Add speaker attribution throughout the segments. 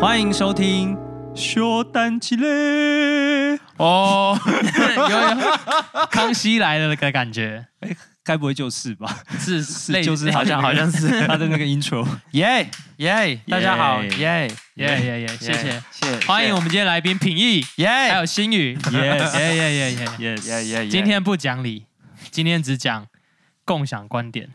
Speaker 1: 欢迎收听《小蛋起嘞》。
Speaker 2: 哦， 有有康熙来了的感觉，
Speaker 1: 该不会就是吧？
Speaker 2: 是
Speaker 1: 是
Speaker 2: 类
Speaker 1: 就是
Speaker 2: 好像好像是，
Speaker 1: 他的那个 intro，
Speaker 2: 耶 耶，大家好，
Speaker 3: 耶
Speaker 2: 耶耶耶耶，谢谢，
Speaker 3: 谢谢，
Speaker 2: 欢迎我们今天来宾品艺，
Speaker 3: 耶
Speaker 2: 还有新宇，
Speaker 1: Yes
Speaker 2: 耶耶耶耶，
Speaker 1: yes，
Speaker 3: 耶耶耶，
Speaker 2: 今天不讲理，今天只讲共享观点，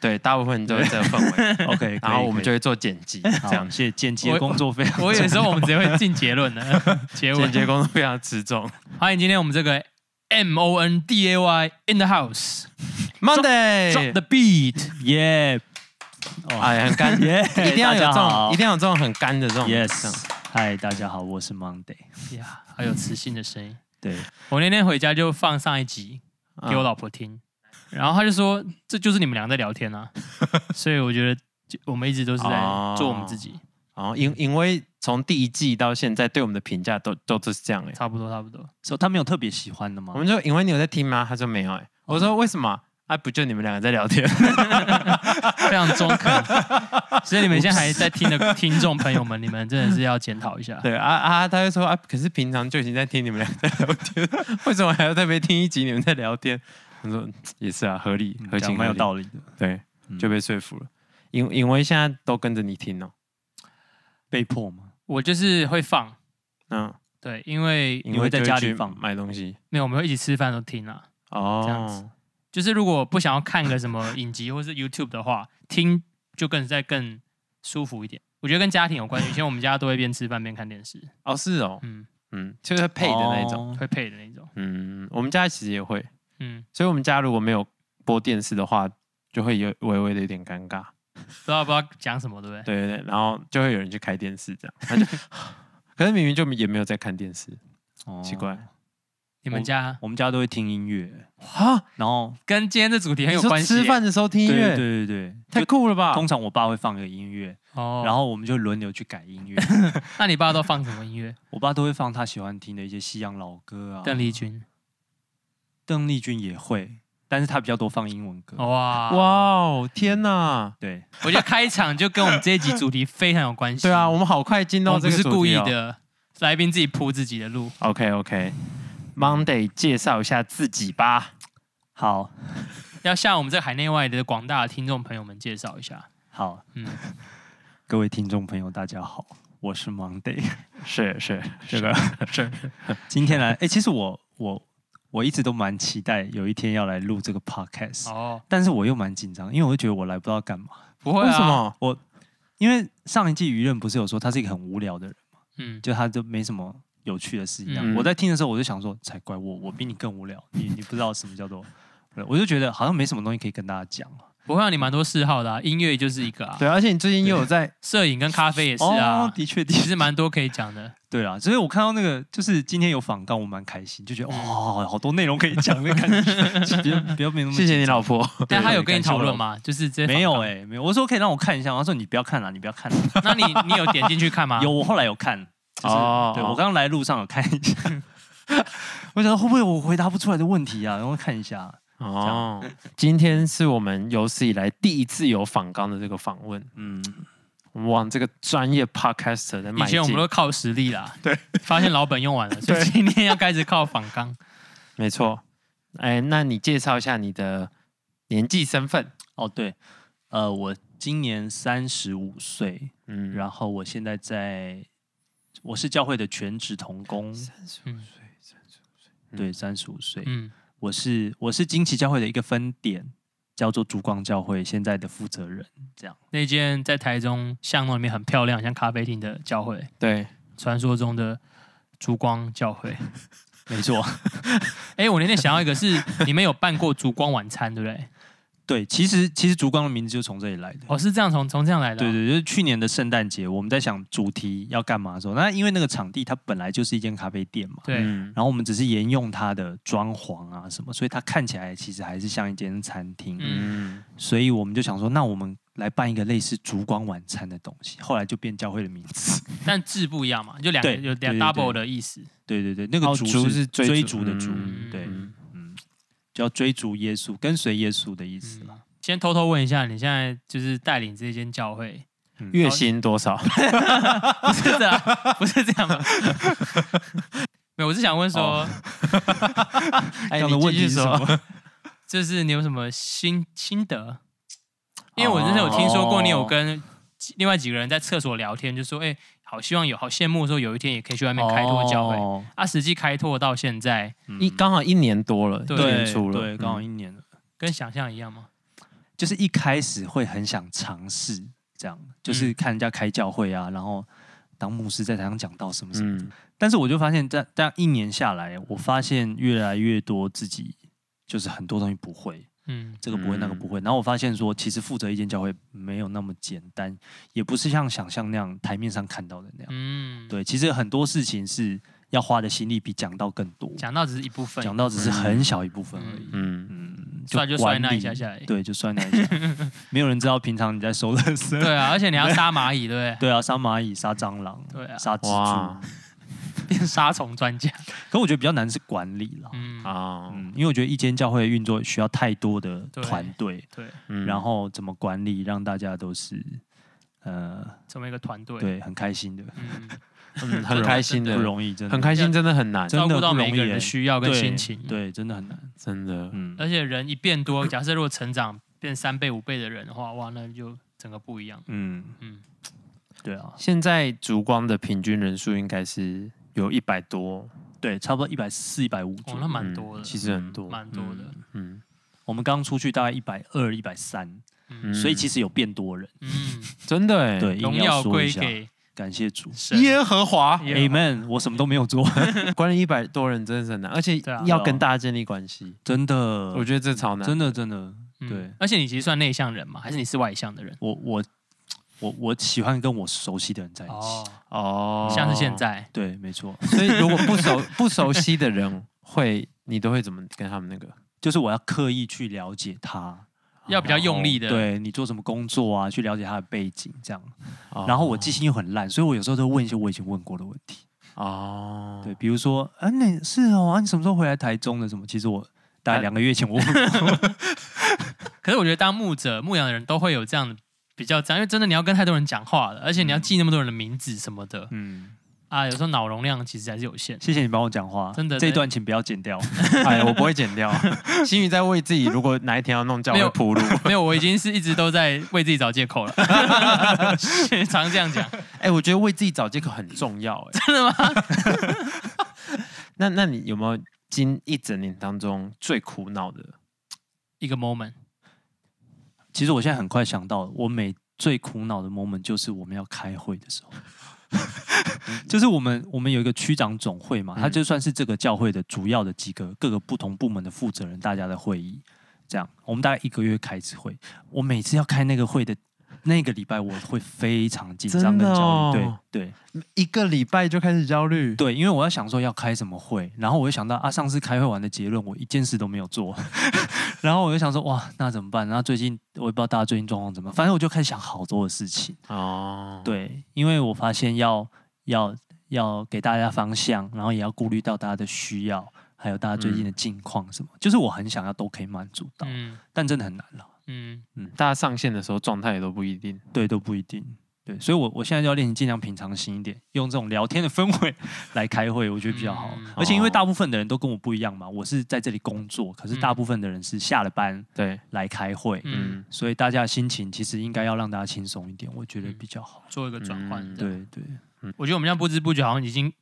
Speaker 3: 对大部分都是这个氛围，
Speaker 1: OK，
Speaker 3: 然后我们就会做剪辑，这
Speaker 1: 这
Speaker 3: 样
Speaker 1: 样，谢谢剪辑的工作非常重要。
Speaker 2: 我有时候我们直接会进结论的 结尾
Speaker 3: 剪，接工作非常吃 重。
Speaker 2: 欢迎今天我们这个 M O N D A Y in the house drop
Speaker 3: Monday，
Speaker 2: the beat，
Speaker 1: 耶，
Speaker 3: 哎，很干，
Speaker 1: 耶，
Speaker 3: 一定要有这
Speaker 1: 大家
Speaker 3: 种，
Speaker 1: 好
Speaker 3: 一定要有这种很干的这种。嗯这样
Speaker 1: Yes，嗨，大家好，我是 Monday。
Speaker 2: 呀，好有磁性的声音。
Speaker 1: 对，
Speaker 2: 我那天回家就放上一集
Speaker 3: 嗯
Speaker 2: 给我老婆听，然后她就说这就是你们俩在聊天啊，所以我觉得就我们一直都是在
Speaker 3: 哦
Speaker 2: 做我们自己，
Speaker 3: 嗯哦，因因为从第一季到现在，对我们的评价都都是这样哎。
Speaker 2: 差不多差不多。
Speaker 1: 所以他没有特别喜欢的吗
Speaker 3: 我？们就因为你有在听吗？他说没有哎。我说为什么？啊，不就你们两个在聊天？
Speaker 2: 非常中肯。所以你们现在还在听的听众朋友们，你们真的是要检讨一下。
Speaker 3: 对啊啊，他就说啊，可是平常就已经在听你们俩在 聊天，为什么还要特别听一集你们在聊天？他说嗯也是啊，合理，合
Speaker 1: 讲
Speaker 3: 情
Speaker 1: 蛮有
Speaker 3: 合理
Speaker 1: 道理的，
Speaker 3: 对，
Speaker 1: 嗯
Speaker 3: 就被说服了。因因为现在都跟着你听哦，
Speaker 1: 被迫吗？
Speaker 2: 我就是会放，
Speaker 3: 嗯，
Speaker 2: 对，因为
Speaker 1: 你会在
Speaker 3: 就
Speaker 1: 家里
Speaker 3: 去
Speaker 1: 放
Speaker 3: 买东西
Speaker 2: 没有我们会一起吃饭都听啊。
Speaker 3: 哦，
Speaker 2: 这样子就是如果不想要看个什么影集 或是 YouTube 的话，听就更再更舒服一点。我觉得跟家庭有关系，以前我们家都会边吃饭边看电视，
Speaker 3: 哦是哦，
Speaker 2: 嗯，
Speaker 3: 嗯，就是配的那一种，
Speaker 1: 哦
Speaker 2: 会配的那种，
Speaker 3: 嗯，我们家其实也会，
Speaker 2: 嗯，
Speaker 3: 所以我们家如果没有播电视的话，就会有微微的有点尴尬，
Speaker 2: 不知道不知道讲什么，对不对？
Speaker 3: 对对对，然后就会有人去开电视这样，他就 可是明明就也没有在看电视，
Speaker 1: 哦
Speaker 3: 奇怪，
Speaker 2: 你们家
Speaker 1: 我们家都会听音乐，
Speaker 3: 啊。
Speaker 1: 然后
Speaker 2: 跟今天这主题很
Speaker 3: 你
Speaker 2: 有
Speaker 3: 说
Speaker 2: 关系耶。
Speaker 3: 吃饭的时候听音
Speaker 1: 对
Speaker 3: 乐，
Speaker 1: 对对对，
Speaker 3: 太酷了吧！
Speaker 1: 通常我爸会放个音乐，
Speaker 2: 哦，
Speaker 1: 然后我们就轮流去改音乐。
Speaker 2: 那你爸都放什么音 乐？
Speaker 1: 我爸都会放他喜欢听的一些西洋老歌啊，
Speaker 2: 邓丽君。
Speaker 1: 邓丽君也会，但是他比较多放英文歌。
Speaker 2: 哇
Speaker 3: 哇哦，天哪！
Speaker 1: 对，
Speaker 2: 我觉得开场就跟我们这一集主题非常有关系。
Speaker 3: 对啊，我们好快进
Speaker 2: 我
Speaker 3: 到
Speaker 2: 们
Speaker 3: 这
Speaker 2: 不
Speaker 3: 个
Speaker 2: 是
Speaker 3: 主
Speaker 2: 故
Speaker 3: 题
Speaker 2: 意
Speaker 3: 哦。
Speaker 2: 的，来宾自己铺自己的路。
Speaker 3: OK OK。Monday 介绍一下自己吧。
Speaker 1: 好
Speaker 2: 要向我们这海内外的广大的听众朋友们介绍一下。
Speaker 1: 好，
Speaker 2: 嗯，
Speaker 1: 各位听众朋友，大家好，我是 Monday。
Speaker 3: 是 是，
Speaker 1: 这个
Speaker 2: 是
Speaker 1: 今天来，哎、其实我我我一直都蛮期待有一天要来录这个 podcast，、
Speaker 2: 哦，
Speaker 1: 但是我又蛮紧张，因为我会觉得我来不知道干嘛。
Speaker 2: 不会啊。
Speaker 3: 为什？么？
Speaker 1: 因为上一季舆论不是有说他是一个很无聊的人，
Speaker 2: 嗯，
Speaker 1: 就他都没什么有趣的事一样。
Speaker 2: 嗯
Speaker 1: 我在听的时候，我就想说，才怪我，我比你更无聊，你你不知道什么叫做，我就觉得好像没什么东西可以跟大家讲。
Speaker 2: 不会啊，你蛮多嗜好的啊，音乐就是一个啊，
Speaker 3: 对，而且你最近又有在
Speaker 2: 摄影跟咖啡也是啊
Speaker 1: 哦，，的确的
Speaker 2: 其
Speaker 1: 确，
Speaker 2: 实蛮多可以讲 的。
Speaker 1: 对啦，所以我看到那个，就是今天有访刚，我蛮开心，就觉得哇、好多内容可以讲的感 觉，不要不要没那么紧张。
Speaker 3: 谢谢你老 婆，
Speaker 2: 但他有跟
Speaker 1: 感
Speaker 2: 你
Speaker 1: 谢我
Speaker 2: 讨论
Speaker 1: 老
Speaker 2: 吗？就是这
Speaker 1: 没
Speaker 3: 欸
Speaker 1: 有哎、没有。我说可以让我看一下吗，他说你不要看了，你不要看了。
Speaker 2: 那你你有点进去看 吗？
Speaker 1: 有，我后来有看，就是、
Speaker 3: 哦
Speaker 1: 对
Speaker 3: 哦
Speaker 1: 我刚刚来路上有看一下， 我想说会不会我回答不出来的问题啊，然后看一下。
Speaker 3: 哦。今天是我们有史以来第一次有访刚的这个访问，
Speaker 1: 嗯，
Speaker 3: 我们往这个专业 podcaster 的
Speaker 2: 以
Speaker 3: 迈
Speaker 2: 前我们
Speaker 3: 进。
Speaker 2: 都靠实力 啦，对，发现老本用完了，所以今天要开始靠仿钢。
Speaker 3: 没错。哎，那你介绍一下你的年纪、身份。
Speaker 1: 哦对，呃，我今年三十五岁，
Speaker 3: 嗯，
Speaker 1: 然后我现在在，我是教会的全职童工，
Speaker 3: 三十
Speaker 2: 嗯
Speaker 3: 岁，三十 嗯
Speaker 1: 对，三十五岁。
Speaker 2: 嗯，
Speaker 1: 我是我是金旗教会的一个分点，叫做烛光教会，现在的负责人。
Speaker 2: 那间在台中巷弄里面很漂亮，像咖啡厅的教会，
Speaker 3: 对，
Speaker 2: 传说中的烛光教会。
Speaker 1: 没错，
Speaker 2: 哎、我那天想要一个是你们有办过烛光晚餐，对不对？
Speaker 1: 对，其实其实烛光的名字就从这里来的。
Speaker 2: 哦，是这样从从这样来的、啊
Speaker 1: 对，对，就是去年的圣诞节，我们在想主题要干嘛的时候，那因为那个场地它本来就是一间咖啡店嘛，
Speaker 2: 对
Speaker 3: 嗯
Speaker 1: 然后我们只是沿用它的装潢啊什么，所以它看起来其实还是像一间餐厅，
Speaker 2: 嗯
Speaker 3: 嗯，
Speaker 1: 所以我们就想说，那我们来办一个类似烛光晚餐的东西，后来就变教会的名字。
Speaker 2: 但字不一样嘛，就两个
Speaker 1: 对
Speaker 2: 有两
Speaker 1: 对对
Speaker 2: double 的意思。
Speaker 1: 对对对，那个
Speaker 3: 哦
Speaker 1: 逐
Speaker 3: 逐
Speaker 1: 是
Speaker 3: 是追
Speaker 1: 追
Speaker 3: 逐
Speaker 1: 逐的逐，
Speaker 2: 嗯
Speaker 1: 对，
Speaker 3: 嗯
Speaker 1: 嗯，就要追逐耶
Speaker 2: 嗯
Speaker 3: 嗯
Speaker 1: 稣，跟随耶稣的意思啦。
Speaker 2: 先偷偷问一下，你现在就是带领这间教会
Speaker 3: 月薪多少？
Speaker 2: 不是的啊，不是这 样吧？没有，我是想问
Speaker 1: 哦
Speaker 2: 说，
Speaker 1: 这
Speaker 3: 哎，
Speaker 1: 样
Speaker 3: 你
Speaker 1: 的问
Speaker 3: 继
Speaker 1: 题
Speaker 3: 续
Speaker 1: 是什么
Speaker 3: 说。？
Speaker 2: 就是你有什么心心得？因为我真的有听说过，你有
Speaker 1: 哦
Speaker 2: 跟几另外几个人在厕所聊天，就说：“哎、好希望有，好羡慕说有一天也可以去外面开拓教会。
Speaker 3: 哦
Speaker 2: 啊，实际开拓到现在，
Speaker 1: 嗯
Speaker 3: 一刚好一年多了，一
Speaker 2: 对
Speaker 3: 年
Speaker 1: 对
Speaker 3: 出了，
Speaker 1: 对，
Speaker 3: 嗯
Speaker 1: 刚好一年了。
Speaker 2: 跟想象一样吗？
Speaker 1: 就是一开始会很想尝试这样，
Speaker 3: 嗯
Speaker 1: 就是看人家开教会啊，然后当牧师在台上讲到什么什么。
Speaker 3: 嗯，
Speaker 1: 但是我就发现这，这样一年下来，我发现越来越多自己就是很多东西不会，
Speaker 2: 嗯
Speaker 1: 这个不会，那个不会。然后我发现说，其实负责一间教会没有那么简单，也不是像想象那样台面上看到的那样。
Speaker 2: 嗯，，
Speaker 1: 对，其实很多事情是要花的心力比讲到更多，
Speaker 2: 讲到嗯只是一部分，
Speaker 1: 讲到只是很小一部分而已。
Speaker 3: 嗯，
Speaker 1: 嗯，
Speaker 2: 摔就摔
Speaker 1: 管
Speaker 2: 那一
Speaker 1: 理
Speaker 2: 下下而已
Speaker 1: 对，就摔那一下， 没有人知道平常你在收垃圾。
Speaker 2: 对啊，而且你要杀蚂蚁，对不
Speaker 1: 对啊，杀蚂蚁、杀蟑螂、
Speaker 2: 对？对啊，
Speaker 1: 杀蜘
Speaker 3: 哇
Speaker 1: 蛛。
Speaker 2: 变杀虫专 家，
Speaker 1: 可我觉得比较难是管理啦。
Speaker 2: 嗯，
Speaker 3: 啊，
Speaker 1: 嗯，因为我觉得一间教会运作需要太多的
Speaker 2: 对
Speaker 1: 团队，
Speaker 2: 对，
Speaker 3: 嗯
Speaker 1: 然后怎么管理，让大家都是呃，
Speaker 2: 成为一个团队，，
Speaker 1: 对，很开心的，
Speaker 2: 嗯，
Speaker 3: 嗯很开心
Speaker 1: 不
Speaker 3: 的，
Speaker 1: 容易，真的
Speaker 3: 很开心，真的很难，
Speaker 1: 真的
Speaker 2: 照顾到
Speaker 1: 不容
Speaker 2: 每
Speaker 1: 易
Speaker 2: 一个人的
Speaker 1: 耶
Speaker 2: 需要跟
Speaker 1: 对
Speaker 2: 心情，呃
Speaker 1: 对，真的很难。
Speaker 3: 真的，
Speaker 1: 嗯，
Speaker 2: 而且人一变多，假设如果成长变三倍五倍的人的话，哇，那就整个不一样。
Speaker 1: 嗯
Speaker 2: 嗯
Speaker 1: 嗯，对啊，
Speaker 3: 现在烛光的平均人数应该是有一百多，
Speaker 1: 对，差不多一百四、一百五左
Speaker 2: 哦，
Speaker 1: 右
Speaker 2: 那。蛮
Speaker 3: 嗯
Speaker 2: 多的，
Speaker 3: 其实很多，
Speaker 2: 蛮多的。
Speaker 3: 嗯，
Speaker 1: 我们刚出去大概一百二、一百三，
Speaker 2: 嗯
Speaker 1: 所以其实有变多人。
Speaker 2: 嗯，
Speaker 3: 真的哎，
Speaker 1: 对，
Speaker 2: 荣
Speaker 1: 硬要
Speaker 2: 耀
Speaker 1: 说一
Speaker 2: 归
Speaker 1: 下，
Speaker 2: 给
Speaker 1: 感谢主。
Speaker 2: 神。
Speaker 3: 耶和华
Speaker 2: 耶和华
Speaker 1: Amen，我什么都没有 做，
Speaker 3: 管理一百多人真的是很难，而且
Speaker 2: 对啊
Speaker 3: 要跟大家建立关系，
Speaker 1: 真的，
Speaker 3: 我觉得这超难，
Speaker 1: 啊真的真的，
Speaker 2: 嗯
Speaker 1: 对
Speaker 2: 而且你其实算内向人嘛，还是你是外向的人？
Speaker 1: 我我我我喜欢跟我熟悉的人在一起。
Speaker 2: 哦，
Speaker 3: 哦，
Speaker 2: 像是现，在，
Speaker 1: 对，没错，
Speaker 3: 所以如果不熟不熟悉的人会，你都会怎么跟他们那个？
Speaker 1: 就是我要刻意去了解他，
Speaker 2: 要比较用力的
Speaker 1: 对你做什么工作啊，去了解他的背景这样。
Speaker 3: 哦
Speaker 1: 然后我记性又很烂，所以我有时候都会问一些我已经问过的问题。
Speaker 3: 哦，
Speaker 1: 对，比如说，啊，你是哦，啊，你什么时候回来台中的？什么？其实我大概
Speaker 3: 啊
Speaker 1: 两个月前我 问过
Speaker 2: 可是我觉得当牧者、牧羊的人都会有这样的比较这样，因为真的你要跟太多人讲话了，而且你要记那么多人的名字什么的
Speaker 1: 嗯，
Speaker 2: 啊，有时候脑容量其实还是 有限。
Speaker 1: 谢谢你帮我讲话，
Speaker 2: 真的
Speaker 1: 这一
Speaker 2: 对
Speaker 1: 段请不要剪掉。
Speaker 3: 哎，我不会剪掉。心宇在为自己，如果哪一天要弄教
Speaker 2: 没有
Speaker 3: 会铺路。
Speaker 2: 没有，我已经是一直都在为自己找借口了， 常这样讲。
Speaker 3: 哎，我觉得为自己找借口很重要。哎，真的吗？ 那那你有没有今一整年当中最苦恼的？
Speaker 2: 一个 moment，
Speaker 1: 其实我现在很快想到，我每最苦恼的 moment 就是我们要开会的 时候，就是我们我们有一个区长总会嘛，
Speaker 3: 嗯
Speaker 1: 它就算是这个教会的主要的几个各个不同部门的负责人大家的会议，这样我们大概一个月开一次会，我每次要开那个会的。那个礼拜我会非常紧张
Speaker 3: 真的
Speaker 1: 跟焦虑，
Speaker 3: 哦
Speaker 1: 对对
Speaker 3: 一个礼拜就开始焦虑。
Speaker 1: 对，因为我要想说要开什么会，然后我就想到啊，上次开会完的结论我一件事都没有做， 然后我就想说哇，那怎么办？然后最近我也不知道大家最近状况怎么样，反正我就开始想好多的事情。
Speaker 3: 哦，
Speaker 1: 对，因为我发现要要要给大家方向，然后也要顾虑到大家的需要，还有大家最近的近况什么，就是我很想要都可以满足到，
Speaker 2: 嗯
Speaker 1: 但真的很难了，
Speaker 2: 嗯，
Speaker 3: 大家上线的时候状态也都不一定。
Speaker 1: 对，都不一定。对，所以我，我现在就要练习尽量平常心一点，用这种聊天的氛围 来开会，我觉得比较好。
Speaker 2: 嗯
Speaker 1: 而且，因为
Speaker 3: 哦
Speaker 1: 大部分的人都跟我不一样嘛，我是在这里工作，可是大部分的人是下了班
Speaker 3: 对，
Speaker 1: 来开会，
Speaker 2: 嗯
Speaker 3: 嗯，
Speaker 1: 所以大家的心情其实应该要让大家轻松一点，我觉得
Speaker 2: 嗯
Speaker 1: 比较好。
Speaker 2: 做一个转换。
Speaker 3: 嗯
Speaker 2: 这样
Speaker 1: 对对，
Speaker 2: 我觉得我们这样不知不觉好像已经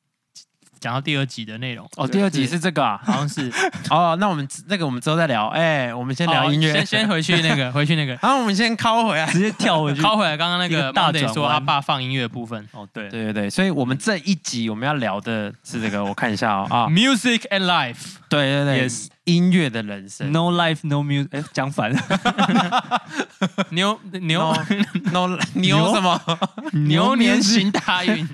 Speaker 2: 讲到第二集的内容，
Speaker 3: 哦，第二集是这个啊。
Speaker 2: 好 像是
Speaker 3: 哦，那我们那个我们之后再聊。哎，我们先聊音
Speaker 2: 好
Speaker 3: 乐。
Speaker 2: 先先回去那个，回去那 个，
Speaker 3: 然后我们先拷回来。
Speaker 1: 直接跳回去。
Speaker 2: 拷回来刚刚那
Speaker 1: 一
Speaker 2: 个
Speaker 1: 个大
Speaker 2: Monday
Speaker 1: 转
Speaker 2: 说
Speaker 1: 弯
Speaker 2: 他爸放音乐的部分
Speaker 1: 哦，对，
Speaker 3: 对对对，所以我们这一集我们要聊的是这个，我看一下哦啊，
Speaker 2: ，Music and Life，
Speaker 3: 对对对
Speaker 1: Yes
Speaker 3: 音乐的人生
Speaker 1: No life, no music。哎，讲反了。
Speaker 2: 牛牛
Speaker 3: no 牛什 么？
Speaker 2: 牛年行大运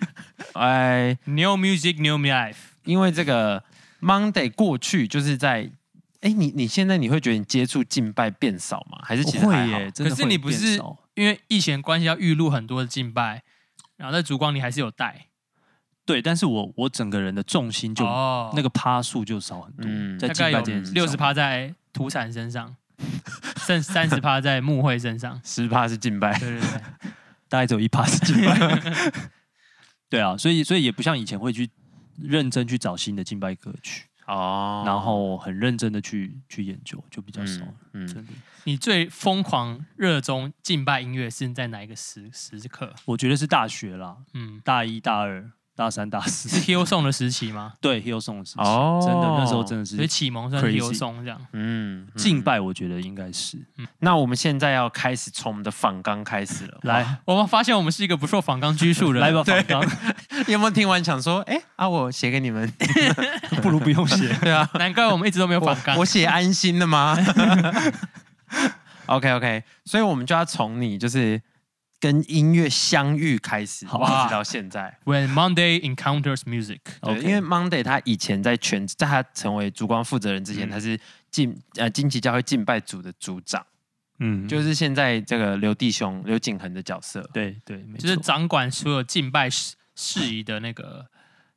Speaker 3: 哎，
Speaker 2: ，New Music New Life，
Speaker 3: 因为这个 Monday 过去就是在，哎，你你现在你会觉得你接触敬拜变少吗？还是其实还
Speaker 1: 会
Speaker 3: 好
Speaker 1: 耶，真的
Speaker 2: 可是
Speaker 1: 会
Speaker 2: 你不
Speaker 1: 变
Speaker 2: 是
Speaker 1: 少
Speaker 2: 因为疫情关系要预录很多的敬拜，然后在烛光里还是有带
Speaker 1: 对，但是我我整个人的重心就
Speaker 2: 哦
Speaker 1: 那个趴数就少很多，
Speaker 3: 嗯。
Speaker 1: 在
Speaker 2: 大
Speaker 1: 敬
Speaker 2: 概
Speaker 1: 拜
Speaker 2: 有
Speaker 1: 这件事
Speaker 2: 六十趴在土产身上，剩三十趴在木会身上
Speaker 3: 十趴是敬拜，
Speaker 2: 对对对，
Speaker 1: 大概只有一趴是敬拜。对啊，所以所以也不像以前会去认真去找新的敬拜歌曲，
Speaker 3: 哦，
Speaker 1: 然后很认真的去去研究，就比较少了。
Speaker 3: 嗯，嗯
Speaker 1: 真的，
Speaker 2: 你最疯狂热衷敬拜音乐是在哪一个时时刻？
Speaker 1: 我觉得是大学啦，
Speaker 2: 嗯，
Speaker 1: 大一大二、大三、大四
Speaker 2: 是 Hill Song 的时期吗？
Speaker 1: 对 Hill Song 的事情，
Speaker 3: 哦
Speaker 1: 真的那时候真的
Speaker 2: 所以
Speaker 1: 是
Speaker 2: 启蒙算
Speaker 1: Crazy
Speaker 2: Hill Song 这样。
Speaker 3: 嗯，嗯
Speaker 1: 敬。拜，我觉得应该是
Speaker 3: 那我们现在要开始从我们的访纲开始了。
Speaker 1: 来
Speaker 2: 哦我们发现我们是一个不受反纲拘束的
Speaker 1: 来
Speaker 2: 人，
Speaker 1: 吧，反纲
Speaker 3: 你 有没有听完想说，哎、啊，我写给你们，
Speaker 1: 不如不用写。
Speaker 3: 对啊，
Speaker 2: 难怪我们一直都没有反 纲
Speaker 3: 我。我写安心的吗？OK OK，所以我们就要从你就是跟音乐相遇开始，
Speaker 1: 好
Speaker 3: 一直到现在。
Speaker 2: When Monday encounters music，
Speaker 3: 对
Speaker 1: OK
Speaker 3: 因为 Monday 他以前在全，在他成为烛光负责人之前，
Speaker 1: 嗯
Speaker 3: 他是敬呃金旗教会敬拜组的组长，
Speaker 1: 嗯，就
Speaker 3: 就是是现在这个刘弟兄刘景恒的角色。
Speaker 1: 对对，没
Speaker 2: 就是
Speaker 1: 错。
Speaker 2: 掌管所有敬拜事事宜的 那个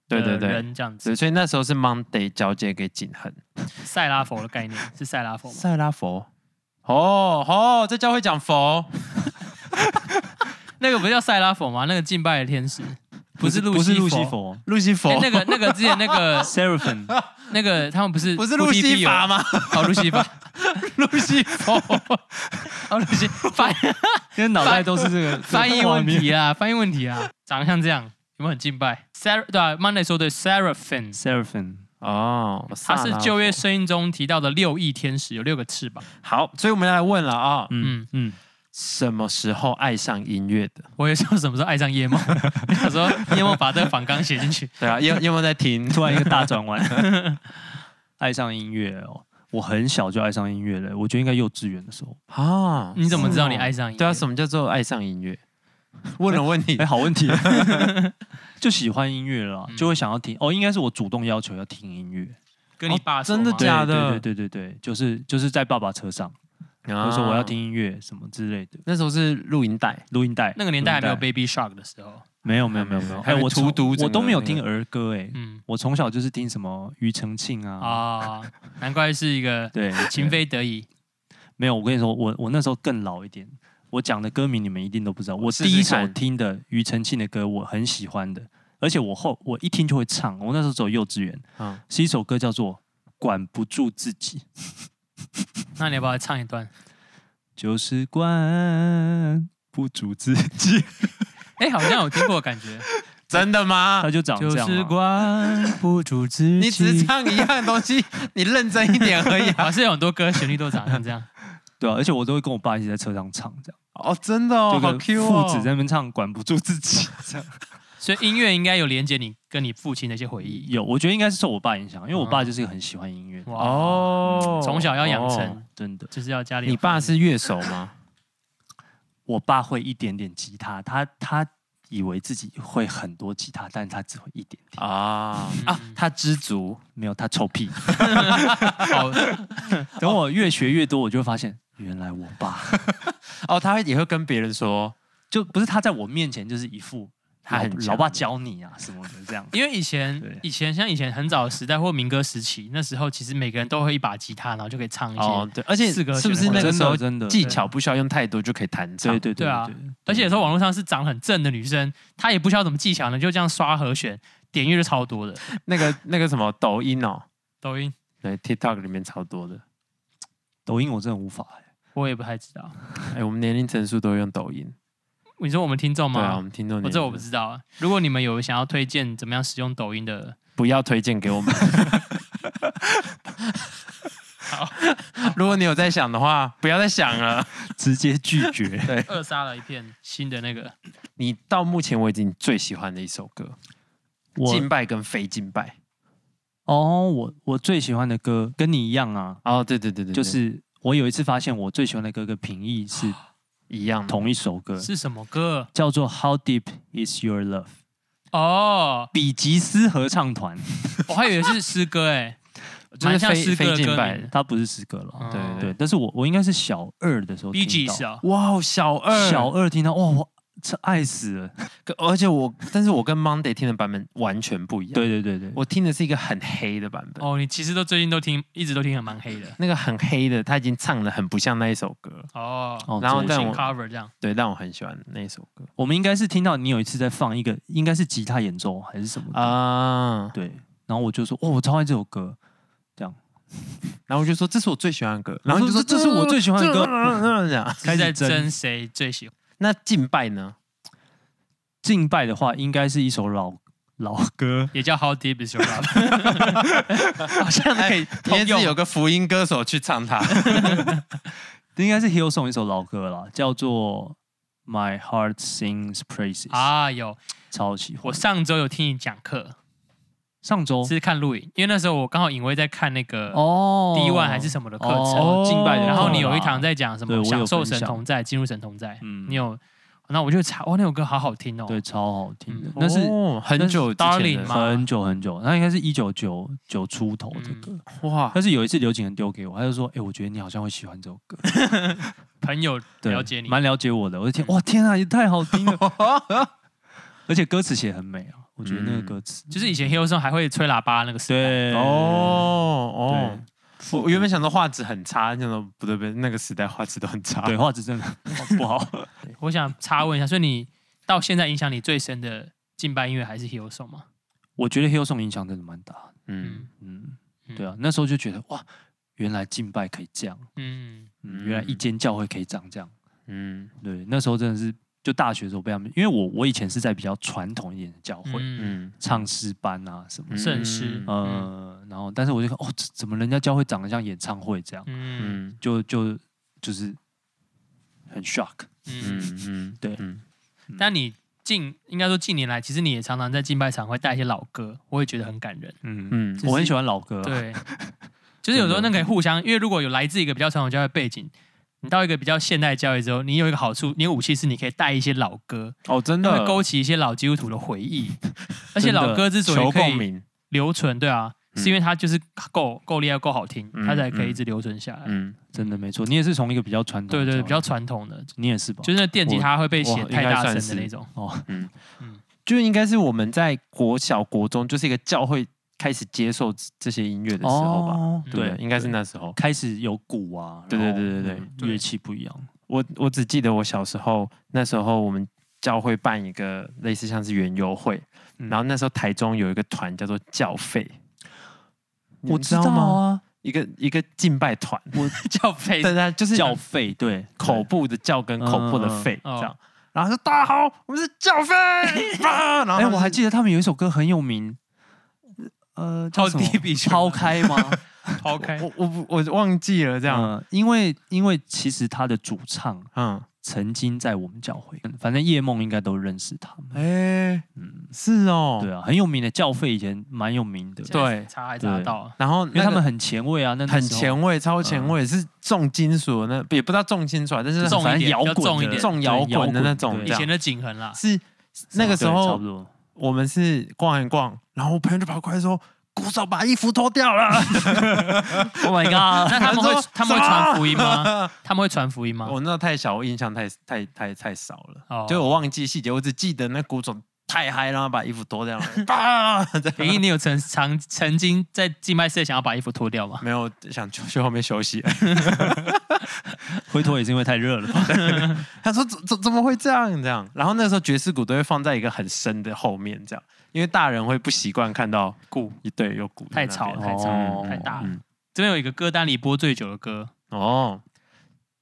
Speaker 3: 对对
Speaker 2: 的
Speaker 3: 对
Speaker 2: 人这样
Speaker 3: 对，
Speaker 2: 子。
Speaker 3: 所以那时候是 Monday 交接给景恒。
Speaker 2: 塞拉佛的 概念是塞拉佛吗？
Speaker 3: 塞拉佛，哦哦，这教会讲佛，
Speaker 2: 那个不叫塞拉佛吗？那个敬拜的天使不是
Speaker 1: 不是路西
Speaker 2: 西。
Speaker 1: 佛
Speaker 3: 路西佛，
Speaker 2: 哎那个那个之前那个
Speaker 1: ，Seraphim，
Speaker 2: 那个他们不是
Speaker 3: 不是路西
Speaker 2: OTP 有
Speaker 3: 法吗？
Speaker 2: 哦，路西法，路西法， 哦，路西翻
Speaker 1: 因为脑袋都是这 个
Speaker 2: 翻译问。题啊，翻译问题啊，长得像这样，有没有很敬拜？Ser 对啊，Monday 说的 Seraphim，
Speaker 1: Seraphim，
Speaker 3: 哦，
Speaker 2: 它
Speaker 3: 萨
Speaker 2: 是
Speaker 3: 拉
Speaker 2: 旧约
Speaker 3: 夫
Speaker 2: 圣经中提到的六翼天使，有六个翅膀。
Speaker 3: 好，所以我们要来问了啊、
Speaker 1: 嗯嗯，
Speaker 3: 什么时候爱上音乐的？
Speaker 2: 我也说什么时候爱上夜梦， 我想说夜梦把这个反纲写进去。
Speaker 3: 对啊，有有没有在听？
Speaker 1: 突然一个大转弯， 爱上音乐哦。我很小就爱上音乐了，我觉得应该幼稚园的时候。
Speaker 3: 啊，
Speaker 2: 你怎么知道你爱上音乐？
Speaker 3: 对啊，什么叫做爱上音乐？问了问 你
Speaker 1: 哎、，好问题， 就喜欢音乐了啦，就会想要听。哦，应该是我主动要求要听音乐。
Speaker 2: 跟你爸说
Speaker 3: 哦真的
Speaker 2: 吗
Speaker 1: 对
Speaker 3: 假的啊
Speaker 1: 对对对对对，就是就是在爸爸车上，
Speaker 3: 我
Speaker 1: 我说我要。听音乐什么之类的，
Speaker 3: 那时候是录音带，
Speaker 1: 录音带。
Speaker 2: 那个年代还没有
Speaker 1: 录音
Speaker 2: Baby Shark 的时候，
Speaker 1: 带，没有没有没有没有，
Speaker 3: 还有
Speaker 1: 我
Speaker 3: 荼毒
Speaker 1: 从
Speaker 3: 整
Speaker 1: 我都
Speaker 3: 个
Speaker 1: 没有
Speaker 3: 那个
Speaker 1: 听儿歌哎、
Speaker 2: 嗯
Speaker 1: 我从小就是听什么庾澄庆啊，
Speaker 2: 啊，难怪是一个
Speaker 1: 对，
Speaker 2: 情非得已。
Speaker 1: 没有，我跟你说，我我那时候更老一点。我讲的歌名你们一定都不知道。我
Speaker 3: 试
Speaker 1: 第一
Speaker 3: 试
Speaker 1: 首
Speaker 3: 看
Speaker 1: 听的庾澄庆的歌，我很喜欢的，而且我后我一听就会唱。我那时候走幼稚园，
Speaker 3: 嗯，
Speaker 1: 是一首歌叫做《管不住自己》，
Speaker 2: 那你要不要唱一段？
Speaker 1: 就是管不住自己。
Speaker 2: 哎，好像有听过的感 觉。
Speaker 3: 真的吗
Speaker 1: 他？就长
Speaker 2: 就
Speaker 1: 这样
Speaker 2: 是
Speaker 1: 啊、
Speaker 2: 管不住自 己。
Speaker 3: 你只是唱一样的东西，你认真一点而已啊。
Speaker 2: 好像有很多歌旋律都长成这样。
Speaker 1: 对啊，而且我都会跟我爸一起在车上唱，这样、
Speaker 3: 哦，真的哦，
Speaker 1: 就
Speaker 3: 好
Speaker 1: 跟
Speaker 3: Q
Speaker 1: 父子在
Speaker 3: 哦。
Speaker 1: 那边唱《管不住自 己》这样。
Speaker 2: 所以音乐应该有连接你跟你父亲的一些回忆。
Speaker 1: 有，我觉得应该是受我爸影响，因为我
Speaker 3: 啊
Speaker 1: 爸
Speaker 2: 嗯
Speaker 1: 就是一个很喜欢音乐的，
Speaker 2: 哇哦，
Speaker 3: 哦，
Speaker 2: 从小要养成
Speaker 3: 哦。
Speaker 1: 真的。
Speaker 2: 就是要家里有
Speaker 3: 你爸是乐手吗？
Speaker 1: 我爸会一点点吉他，他他以为自己会很多吉他，但是他只会一点点，
Speaker 3: 啊啊，他知足。
Speaker 1: 没有他臭 屁。
Speaker 2: 好
Speaker 1: 等我越学越多，我就会发现原来我爸
Speaker 3: 哦，他也会跟别人说，
Speaker 1: 就不是他在我面前就是一副
Speaker 3: 他
Speaker 1: 他
Speaker 3: 很
Speaker 1: 很
Speaker 3: 强
Speaker 1: 老爸教你啊什么的这样。
Speaker 2: 因为以前
Speaker 1: 对
Speaker 2: 以前像以前很早的时代或民歌时期，那时候其实每个人都会一把吉他，然后就可以唱一些。
Speaker 3: 哦，对，而且
Speaker 2: 四
Speaker 3: 是
Speaker 2: 个
Speaker 3: 不是
Speaker 2: 选
Speaker 3: 那
Speaker 1: 真
Speaker 3: 个
Speaker 1: 的
Speaker 3: 时候
Speaker 1: 真的
Speaker 3: 技巧不需要用太多就可以弹唱？
Speaker 1: 对对
Speaker 2: 对
Speaker 1: 对
Speaker 2: 啊
Speaker 1: 对
Speaker 2: 而且有时候网络上是长很正的女生，她也不需要怎么技巧呢，就这样刷和弦，点阅就超多的。
Speaker 3: 那个那个什么抖音哦，
Speaker 2: 抖音
Speaker 3: 对 TikTok 里面超多的。
Speaker 1: 抖音我真的无法欸、
Speaker 2: 我也不太知道，
Speaker 3: 哎，我们年龄层数都用抖音，
Speaker 2: 你说我们听众
Speaker 3: 对啊，我
Speaker 2: 吗？
Speaker 3: 们听众
Speaker 2: 我
Speaker 3: 年
Speaker 2: 这我
Speaker 3: 龄
Speaker 2: 不
Speaker 3: 层
Speaker 2: 知道啊。如果你们有想要推荐怎么样使用抖音的
Speaker 3: 不要推荐给我们。
Speaker 2: 好，
Speaker 3: 如果你有在想的话，不要再想了。
Speaker 1: 直接拒 绝。
Speaker 2: 扼杀了一片新的那个。
Speaker 3: 你到目前为止你最喜欢的一首歌，
Speaker 1: 我
Speaker 3: 敬拜跟非敬拜。
Speaker 1: 哦，我我最喜欢的歌跟你一样啊，
Speaker 3: 哦，对对对对，对
Speaker 1: 就是我有一次发现我最喜欢的歌跟平易是
Speaker 3: 一样的。
Speaker 1: 同一首歌，
Speaker 2: 是什么歌？
Speaker 1: 叫做《How Deep Is Your Love》，
Speaker 2: 哦，
Speaker 1: 比吉斯合唱 团，
Speaker 2: 我还以为是诗歌 哎，
Speaker 3: 就是
Speaker 2: 蛮像
Speaker 3: 非
Speaker 2: 诗歌
Speaker 3: 非
Speaker 2: 的
Speaker 3: 敬
Speaker 2: 歌
Speaker 3: 拜
Speaker 2: 名。
Speaker 1: 它不是诗歌了。
Speaker 3: 对
Speaker 2: 哦
Speaker 1: 对，但是我我应该是小二的时候
Speaker 2: Bee
Speaker 1: 听到
Speaker 2: Gees 啊，
Speaker 3: 哇，小二
Speaker 1: 小二听到哇，我这爱死 了。
Speaker 3: 可而且我，但是我跟 Monday 听的版本完全不一样。，
Speaker 1: 对对对对，
Speaker 3: 我听的是一个很黑的版本，
Speaker 2: 哦，你其实都最近都听，一直都听很蛮黑的
Speaker 3: 那个很黑的，他已经唱的很不像那一首歌。
Speaker 2: 哦，
Speaker 1: 哦
Speaker 3: 然后
Speaker 1: 这
Speaker 3: 但
Speaker 2: 重
Speaker 3: 我
Speaker 2: 新 cover 这样，
Speaker 3: 对，但我很喜欢那一首歌
Speaker 1: 我们应该是听到你有一次在放一个，应该是吉他演奏还是什么啊？
Speaker 3: 啊。
Speaker 1: 对，然后我就说，哦，我超爱这首歌。
Speaker 3: 然后我就说这是我最喜欢的歌，
Speaker 1: 我
Speaker 3: 然后你就
Speaker 1: 说
Speaker 3: 说
Speaker 1: 这是我最喜欢的歌
Speaker 3: 歌。这嗯样
Speaker 2: 是在
Speaker 1: 争
Speaker 2: 争谁最喜欢。
Speaker 3: 那敬拜呢？
Speaker 1: 敬拜的话，应该是一首老老 歌，
Speaker 2: 也叫 How Deep Is Your Love，好像可以通
Speaker 3: 哎也
Speaker 2: 用
Speaker 3: 是。有个福音歌手去唱 它。
Speaker 1: 应该是 Hillsong 一首老歌啦，叫做《My Heart Sings Praises》，
Speaker 2: 啊，有！
Speaker 1: 超喜欢
Speaker 2: 我。上周有听你讲课，
Speaker 1: 上周
Speaker 2: 是看录影，因为那时候我刚好隐约在看那个
Speaker 1: 哦
Speaker 2: D One 还是什么的课程，
Speaker 1: 哦敬拜的课啦，
Speaker 2: 然后你有一堂在讲什
Speaker 1: 对我
Speaker 2: 么
Speaker 1: 有
Speaker 2: 享受
Speaker 1: 分
Speaker 2: 神
Speaker 1: 享
Speaker 2: 同在，进入神同在，
Speaker 1: 嗯
Speaker 2: 你有，那我就查，哇，那首歌好好听哦，
Speaker 1: 对，超好听的
Speaker 2: 嗯，
Speaker 1: 那是
Speaker 3: 哦很久之
Speaker 2: 那是
Speaker 3: 前
Speaker 2: Darling
Speaker 3: 的
Speaker 2: 吗
Speaker 1: 很久很久，那应该是一九九九出头的
Speaker 2: 嗯
Speaker 1: 歌。
Speaker 3: 哇，
Speaker 1: 但是有一次刘景仁丢给我，他就说：“哎、我觉得你好像会喜欢这首 歌，
Speaker 2: 朋友
Speaker 1: 对
Speaker 2: 了解你，
Speaker 1: 蛮了解我的。”我就听，哇，天啊，也太好听了！ 而且歌词写得很美啊，我觉得那个
Speaker 3: 嗯
Speaker 1: 歌词、
Speaker 2: 就是以前 Hillsong 还会吹喇叭那个时代，
Speaker 1: 对
Speaker 3: 哦
Speaker 1: 对
Speaker 3: 哦，我原本想说画质很差，那种不对不对，那个时代画质都很差。
Speaker 1: 对， 画质 真的不好。
Speaker 2: 我想插问一下，所以你到现在影响你最深的敬拜音乐还是 Hillsong 吗？
Speaker 1: 我觉得 Hillsong 影响真的蛮大的，
Speaker 3: 嗯
Speaker 2: 嗯
Speaker 1: 嗯，
Speaker 2: 嗯
Speaker 1: 对啊，那时候就觉得哇，原来敬拜可以这样，
Speaker 2: 嗯，
Speaker 1: 嗯、原来一间教会可以长这样。
Speaker 3: 嗯
Speaker 1: 对，那时候真的是就大学的时候被他们，因为我我以前是在比较传统一点的教会，
Speaker 2: 嗯，
Speaker 3: 嗯，
Speaker 1: 唱诗班啊什么的，
Speaker 2: 圣诗嗯
Speaker 1: 呃，然后但是我就看哦，这怎么人家教会长得像演唱会这样，
Speaker 2: 嗯
Speaker 3: 嗯
Speaker 1: 就就就是很 shock。
Speaker 2: 嗯
Speaker 3: 嗯嗯，
Speaker 1: 对
Speaker 3: 嗯
Speaker 2: 但你近应该说近年来，其实你也常常在敬拜场会带一些老歌，我也觉得很感人。
Speaker 1: 嗯，
Speaker 3: 嗯
Speaker 1: 我很喜欢老歌啊，
Speaker 2: 对， 就是有时候那可以互相，因为如果有来自一个比较传统教会背景，你到一个比较现代教育之后，你有一个好处，你有武器是你可以带一些老歌，
Speaker 3: 哦，真
Speaker 2: 那
Speaker 3: 的
Speaker 2: 会勾起一些老基督徒的回忆。而且
Speaker 1: 真的
Speaker 2: 老歌之所以
Speaker 3: 求
Speaker 2: 可
Speaker 3: 共
Speaker 2: 以
Speaker 3: 鸣。
Speaker 2: 留存，对啊，
Speaker 3: 嗯
Speaker 2: 是因为它就是够够厉害、够好听，
Speaker 3: 嗯
Speaker 2: 它才可以一直留存下来。
Speaker 3: 嗯，
Speaker 1: 真的没错。你也是从一个比较传统
Speaker 2: 对
Speaker 1: 的教会，
Speaker 2: 对，比较传统的，
Speaker 1: 你也是吧？
Speaker 2: 就是那电吉他会被
Speaker 3: 我
Speaker 2: 写
Speaker 3: 应
Speaker 2: 太
Speaker 3: 该
Speaker 2: 大声
Speaker 3: 算
Speaker 2: 的那
Speaker 3: 是
Speaker 2: 种。
Speaker 1: 哦，
Speaker 3: 就应该是我们在国小、国中，就是一个教会开始接受这这些音乐的时候吧。
Speaker 1: 哦
Speaker 2: 嗯
Speaker 3: 对，应该是
Speaker 1: 对
Speaker 3: 那时候。
Speaker 1: 开始有鼓啊，
Speaker 3: 对
Speaker 1: 然后
Speaker 3: 对对对对
Speaker 1: 嗯
Speaker 2: 对
Speaker 1: 乐器不一样。
Speaker 3: 我我只记得我小时候那时候我们教会办一个类似像是园游会，
Speaker 1: 嗯
Speaker 3: 然后那时候台中有一个团叫做教费，你
Speaker 1: 我
Speaker 3: 们
Speaker 1: 道啊，
Speaker 3: 吗？一个一个敬拜团，
Speaker 2: 叫费
Speaker 3: 大家就是
Speaker 1: 教费对
Speaker 3: 口部的教跟口部的费
Speaker 2: 嗯嗯嗯
Speaker 3: 这样，然后说大家好，我们是教费， 啊然后
Speaker 1: 哎、
Speaker 3: 他们
Speaker 1: 我还
Speaker 3: 是
Speaker 1: 记得他们有一首歌很有名，呃，叫
Speaker 2: 超
Speaker 1: 什么
Speaker 2: 低比丘
Speaker 1: 抛开吗？
Speaker 2: 抛开，
Speaker 3: 我我不我忘记了这
Speaker 1: 这
Speaker 3: 样，
Speaker 1: 样，因为因为其实他的主唱
Speaker 3: 嗯，
Speaker 1: 曾经在我们教会，反正夜梦应该都认识他们。
Speaker 3: 哎，
Speaker 1: 嗯，
Speaker 3: 是哦，
Speaker 1: 对啊，很有名的教费，以前蛮有名的，
Speaker 3: 对
Speaker 2: 查还查得到。
Speaker 3: 然后
Speaker 1: 因为
Speaker 3: 那
Speaker 1: 他
Speaker 3: 个
Speaker 1: 们很嗯前卫啊，那
Speaker 3: 很
Speaker 1: 卫，
Speaker 3: 前卫，超前卫，是重金属的那也不知道重金属啊，但是
Speaker 2: 重
Speaker 3: 反
Speaker 2: 一
Speaker 3: 正
Speaker 2: 点
Speaker 3: 摇
Speaker 2: 比较重一
Speaker 3: 滚的
Speaker 2: 点
Speaker 3: 重摇滚的那种
Speaker 1: 对啊
Speaker 2: 以
Speaker 3: 这
Speaker 2: 前
Speaker 3: 样。
Speaker 2: 的景恒啦，
Speaker 3: 是那个时
Speaker 1: 对差
Speaker 3: 候
Speaker 1: 不多。
Speaker 3: 我们是逛一逛，然后我朋友就跑过来说：“鼓手把衣服脱 掉了。
Speaker 1: Oh my god！
Speaker 2: 那他们会
Speaker 3: 他
Speaker 2: 他
Speaker 3: 说
Speaker 2: 们会
Speaker 3: 什么
Speaker 2: 传福音吗？他们会传福音”吗？
Speaker 3: 我那时候太小，我印象太太太太少了，
Speaker 2: 哦
Speaker 3: 就我忘记细节，我只记得那鼓手太嗨，然后把衣服脱 掉了， 啊！这样
Speaker 2: 平一，你有曾曾曾经在静脉室想要把衣服脱掉吗？
Speaker 3: 没有想去去后面休息。
Speaker 1: 回头也是因为太热了吧？
Speaker 3: 他说怎怎怎么会这样这样？然后那时候爵士鼓都会放在一个很深的后面这样，因为大人会不习惯看到鼓，对，有鼓
Speaker 2: 太
Speaker 3: 在那
Speaker 2: 吵了，
Speaker 3: 边
Speaker 2: 太吵
Speaker 1: 哦
Speaker 2: 了，太大了
Speaker 3: 嗯。
Speaker 2: 这边有一个歌单里播最久的歌
Speaker 3: 哦。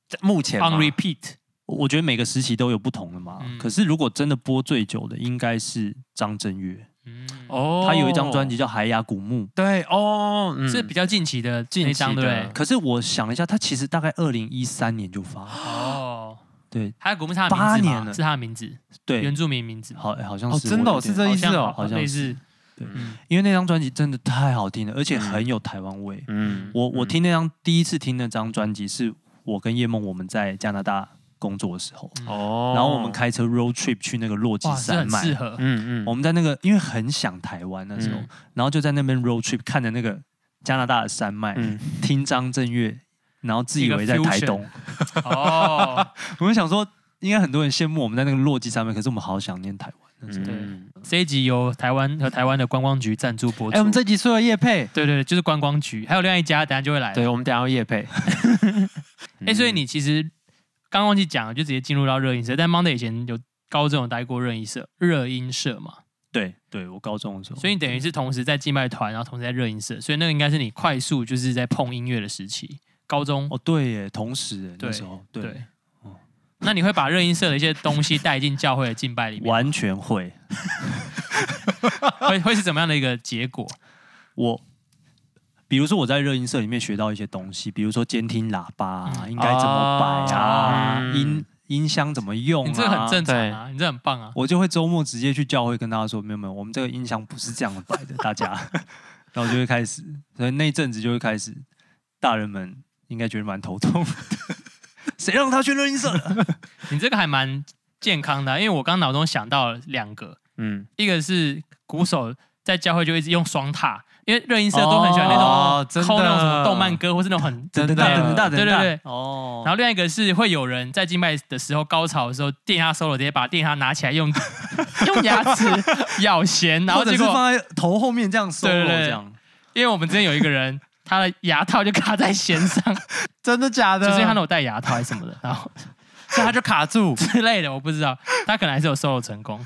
Speaker 3: 在目前吗
Speaker 2: ，On Repeat，
Speaker 1: 我我觉得每个时期都有不同的嘛。
Speaker 2: 嗯
Speaker 1: 可是如果真的播最久的，应该是张震岳，
Speaker 2: 嗯，
Speaker 3: 哦
Speaker 1: 他有一张专辑叫《海雅古墓》。
Speaker 3: 对哦，嗯
Speaker 2: 是比较近期的
Speaker 3: 近
Speaker 2: 那
Speaker 3: 期的
Speaker 2: 张，对不对？
Speaker 1: 可是我想了一下，他其实大概二零一三年就发了，
Speaker 2: 哦，
Speaker 1: 对
Speaker 2: 还有古墓是他的
Speaker 1: 八
Speaker 2: 名字
Speaker 1: 年了
Speaker 2: 吗？是他的名字，
Speaker 1: 对
Speaker 2: 原，住民名字吗，
Speaker 1: 好好像
Speaker 3: 哦
Speaker 1: 是
Speaker 3: 真的
Speaker 1: 我有
Speaker 3: 哦
Speaker 1: 点
Speaker 3: 是这意思哦
Speaker 1: 好像
Speaker 2: 类
Speaker 1: 是
Speaker 2: 似，
Speaker 1: 对
Speaker 2: 嗯
Speaker 1: 因为那张专辑真的太好听了，而且
Speaker 3: 嗯
Speaker 1: 很有台湾味。
Speaker 3: 嗯
Speaker 1: 我我听那张第一次听那张专辑，是我跟叶梦我们在加拿大工作的时候，
Speaker 2: 嗯
Speaker 3: 哦
Speaker 1: 然后我们，开车 road trip 去那个落基
Speaker 2: 哇，是
Speaker 1: 山
Speaker 2: 很适
Speaker 1: 脉，
Speaker 2: 合，
Speaker 3: 嗯嗯，
Speaker 1: 我们在那个因为很想台湾那时候，
Speaker 2: 嗯
Speaker 1: 然后就在那边 road trip 看着那个加拿大的山脉，
Speaker 3: 嗯
Speaker 1: 听张震岳，然后自
Speaker 2: 一
Speaker 1: 以
Speaker 2: 个
Speaker 1: 为在台
Speaker 2: fusion
Speaker 1: 东，
Speaker 2: 哦，
Speaker 1: 我们想说。应该很多人羡慕我们在那个落基上面，可是我们好想念台湾。那时候
Speaker 3: 嗯，
Speaker 2: 这一集由台湾和台湾的观光局赞助播
Speaker 3: 哎、
Speaker 2: 出。
Speaker 3: 我们这集说了叶配，
Speaker 2: 对对对，就是观光局，还有另外一家，等下就会来了。
Speaker 3: 对，我们等一下要叶配。
Speaker 2: 哎、所以你其实刚忘记讲了，就直接进入到热音社。但 Monday 以前有高中有待过热音社，热音社嘛，
Speaker 1: 对对，我高中的时
Speaker 3: 哦
Speaker 1: 候，
Speaker 2: 所以你等于是同时在静脉团，然后同时在热音社，所以那个应该是你快速就是在碰音乐的时期，高中
Speaker 1: 哦对耶，同时耶那时候
Speaker 2: 对。
Speaker 1: 对，哦
Speaker 2: 那你会把热音社的一些东西带进教会的敬拜里面，
Speaker 1: 完全会。
Speaker 2: 会会是怎么样的一个结果？
Speaker 1: 我比如说我在热音社里面学到一些东西，比如说监听喇叭啊、
Speaker 2: 嗯
Speaker 1: 应该怎么摆啊，
Speaker 3: 哦
Speaker 1: 音音箱怎么用、啊，
Speaker 2: 你这个很正常啊，你这很棒啊。
Speaker 1: 我就会周末直接去教会跟大家说，没有没有，我们这个音箱不是这样摆的，大家。 然后就会开始，所以那一阵子就会开始，大人们应该觉得蛮头痛的。 谁让他去热音社的？
Speaker 2: 你这个还蛮健康的啊、因为我刚脑中想到了两个，
Speaker 3: 嗯，
Speaker 2: 一个是鼓手在教会就一直用双踏，因为热音社都很喜欢那
Speaker 3: 哦
Speaker 2: 种
Speaker 3: 真的
Speaker 2: 抠那种什么动漫歌，或是那种很
Speaker 3: 真的
Speaker 1: 等大等大
Speaker 2: 对
Speaker 1: 等
Speaker 2: 对
Speaker 1: 大，
Speaker 2: 对。
Speaker 1: 哦
Speaker 2: 然后另外一个是会有人在敬拜的时候高潮的时候电他 solo，直接把电他拿起来用 用牙齿咬弦，然后
Speaker 1: 或者
Speaker 2: 结
Speaker 1: 是
Speaker 2: 果
Speaker 1: 放在头后面这样 solo
Speaker 2: 对对对
Speaker 1: 这样，
Speaker 2: 因为我们之前有一个人，他的牙套就卡在 弦上，
Speaker 3: 真的假的？
Speaker 1: 啊
Speaker 2: 就是因为他没有戴牙套还是什么的，然后
Speaker 3: 所以他就卡住，
Speaker 2: 之类的，我不知道，他可能还是有 solo 成功，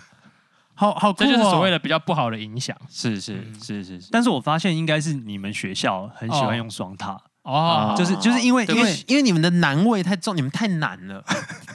Speaker 3: 好好
Speaker 2: 这
Speaker 3: 酷、哦，
Speaker 2: 就是所谓的比较不好的影响
Speaker 3: 是是是是是，
Speaker 1: 但是我发现应该是你们学校很喜
Speaker 2: 哦
Speaker 1: 欢用双踏，
Speaker 2: 哦
Speaker 3: 哦，
Speaker 1: 就是就是因为
Speaker 2: 对
Speaker 1: 因
Speaker 3: 因
Speaker 1: 为
Speaker 3: 为因为你们的难味太重，你们太难了，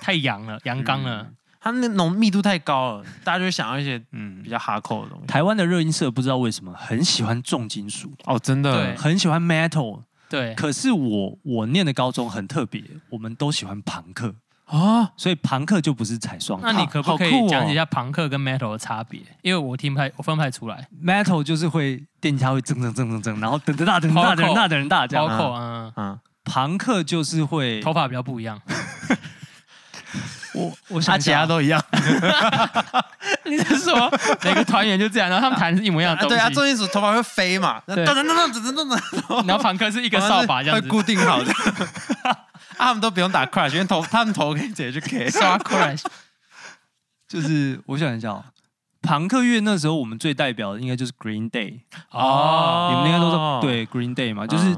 Speaker 2: 太阳了，阳刚了，
Speaker 3: 它那浓密度太高了，大家就会想要一些
Speaker 1: 嗯
Speaker 3: 比，较哈扣的东西。
Speaker 1: 台湾的热音社不知道为什么很喜欢重金属，
Speaker 3: 哦，真
Speaker 2: 对
Speaker 1: 很喜欢 metal，
Speaker 2: 对，
Speaker 1: 可是我我念的高中很特别，我们都喜欢朋克，
Speaker 3: 啊，
Speaker 1: 所以朋克就不是踩双
Speaker 2: 那
Speaker 1: 踏
Speaker 2: 你可不可
Speaker 3: 好
Speaker 2: 以
Speaker 3: 酷哦
Speaker 2: 讲解一下朋克跟 metal 的差别？因为我听不太，我分不太出来。
Speaker 1: ，metal 就是会电吉他会铮铮铮铮铮，然后噔噔哒噔哒噔哒噔哒这
Speaker 2: 包
Speaker 1: 样。啊
Speaker 2: 括嗯，
Speaker 3: 嗯，
Speaker 1: 朋克就是会
Speaker 2: 头发比较不一样。
Speaker 1: 我我
Speaker 3: 他
Speaker 1: 想一
Speaker 3: 其
Speaker 1: 下
Speaker 3: 他
Speaker 1: 啊，
Speaker 3: 都一样。
Speaker 2: 你是说每个团员就这样，然后他们弹的是一模一样的
Speaker 3: 啊
Speaker 2: 东
Speaker 3: 对啊，
Speaker 2: 西，
Speaker 3: 重金属头发会飞嘛，噔
Speaker 2: 对
Speaker 3: 噔噔噔噔噔噔，
Speaker 2: 然后朋克是一
Speaker 3: 一
Speaker 2: 个扫把这样
Speaker 3: 会
Speaker 2: 子
Speaker 3: 固定好的。啊他们都不用打 crash，因为头他们头可以直接去 K。
Speaker 2: 刷 crash。
Speaker 1: 就是我想一下哦，朋克乐那时候我们最代表的应该就是 Green Day，
Speaker 2: 哦，嗯
Speaker 1: 你们应该都知道对 Green Day 嘛，就是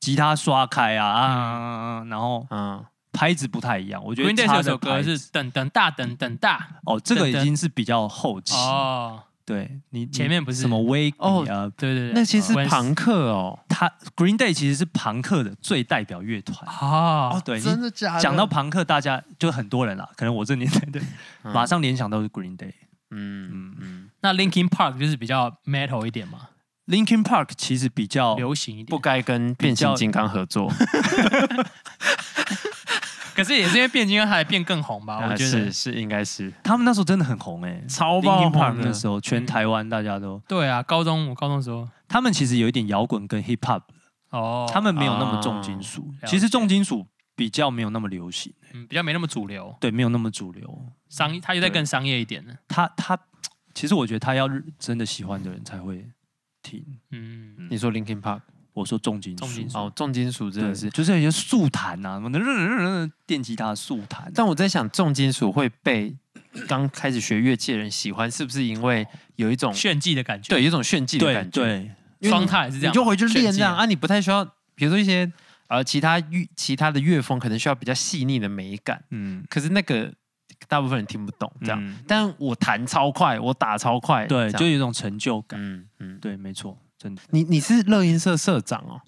Speaker 1: 吉他刷开啊啊啊，啊啊然后
Speaker 3: 嗯，
Speaker 1: 拍子不太一样，我觉得
Speaker 2: Green Day
Speaker 1: 差
Speaker 2: 是
Speaker 1: 的
Speaker 2: 有首歌
Speaker 1: 拍子
Speaker 2: 是等等大等等大
Speaker 1: 哦，这个已
Speaker 2: 噔噔
Speaker 1: 经是比较后期，
Speaker 2: 哦，
Speaker 1: 对你
Speaker 2: 前面不是
Speaker 1: 什么 Wake
Speaker 3: 哦
Speaker 1: 呃
Speaker 2: 对对对，
Speaker 3: 那其实是
Speaker 2: Wednesday
Speaker 3: 朋克哦。
Speaker 1: 他 Green Day 其实是朋克的最代表乐团。
Speaker 2: 哦，
Speaker 1: 对，你
Speaker 3: 真的假的？
Speaker 1: 讲到朋克，大家就很多人啦，可能我这年代的，
Speaker 3: 嗯
Speaker 1: 马上联想到是 Green Day。
Speaker 3: 嗯嗯
Speaker 2: 那 Linkin Park 就是比较 metal 一点嘛，
Speaker 1: Linkin Park 其实比较，
Speaker 2: 流行一
Speaker 3: 不
Speaker 2: 点，
Speaker 3: 该跟变形金刚合作，
Speaker 2: 可是也是因为变金刚才变更红吧，我
Speaker 3: 啊
Speaker 2: 觉
Speaker 3: 是
Speaker 2: 得。
Speaker 3: 是应该是
Speaker 1: 他们那时候真的很红哎、
Speaker 3: 超
Speaker 1: Linkin
Speaker 3: 爆
Speaker 1: Park
Speaker 3: 红
Speaker 1: 那
Speaker 3: 的。
Speaker 1: 时候，
Speaker 2: 嗯
Speaker 1: 全台湾大家都，
Speaker 2: 对啊，高中我高中的时候，
Speaker 1: 他们其实有一点摇滚跟 Hip Hop，
Speaker 2: 哦，
Speaker 1: 他们没有那么重金属。
Speaker 2: 解
Speaker 1: 其实重金属比较没有那么流行，
Speaker 2: 嗯比较没那么主流，
Speaker 1: 对，没有那么主流。
Speaker 2: 商他又在更商业一点呢。
Speaker 1: 他他，其实我觉得他要真的喜欢的人才会听。
Speaker 2: 嗯，
Speaker 3: 你说 Linkin Park
Speaker 1: 我说重金属，
Speaker 2: 重金属
Speaker 3: 哦，重金属真的
Speaker 1: 是，
Speaker 3: 是。
Speaker 1: 就是有些速弹啊，什么的，电吉他速弹，
Speaker 3: 但我在想，重金属会被刚开始学乐器的人喜欢，是不是因为有一种
Speaker 2: 炫技的感觉，
Speaker 3: 对有一种炫技的
Speaker 1: 对
Speaker 3: 感觉？
Speaker 1: 对，
Speaker 3: 因为你
Speaker 2: 双踏也是这
Speaker 3: 你
Speaker 2: 样，
Speaker 3: 就回去练这样
Speaker 2: 啊。
Speaker 3: 啊，你不太需要，比如说一些呃其他乐其他的乐风可能需要比较细腻的美感，
Speaker 1: 嗯，
Speaker 3: 可是那个大部分人听不懂这
Speaker 1: 这
Speaker 3: 样。
Speaker 1: 样，
Speaker 3: 但我弹超快，我打超快，
Speaker 1: 嗯对，
Speaker 3: 这样
Speaker 1: 就有一种成就感，
Speaker 3: 嗯嗯，
Speaker 1: 对，没错，真的
Speaker 3: 你你是乐音社社长哦，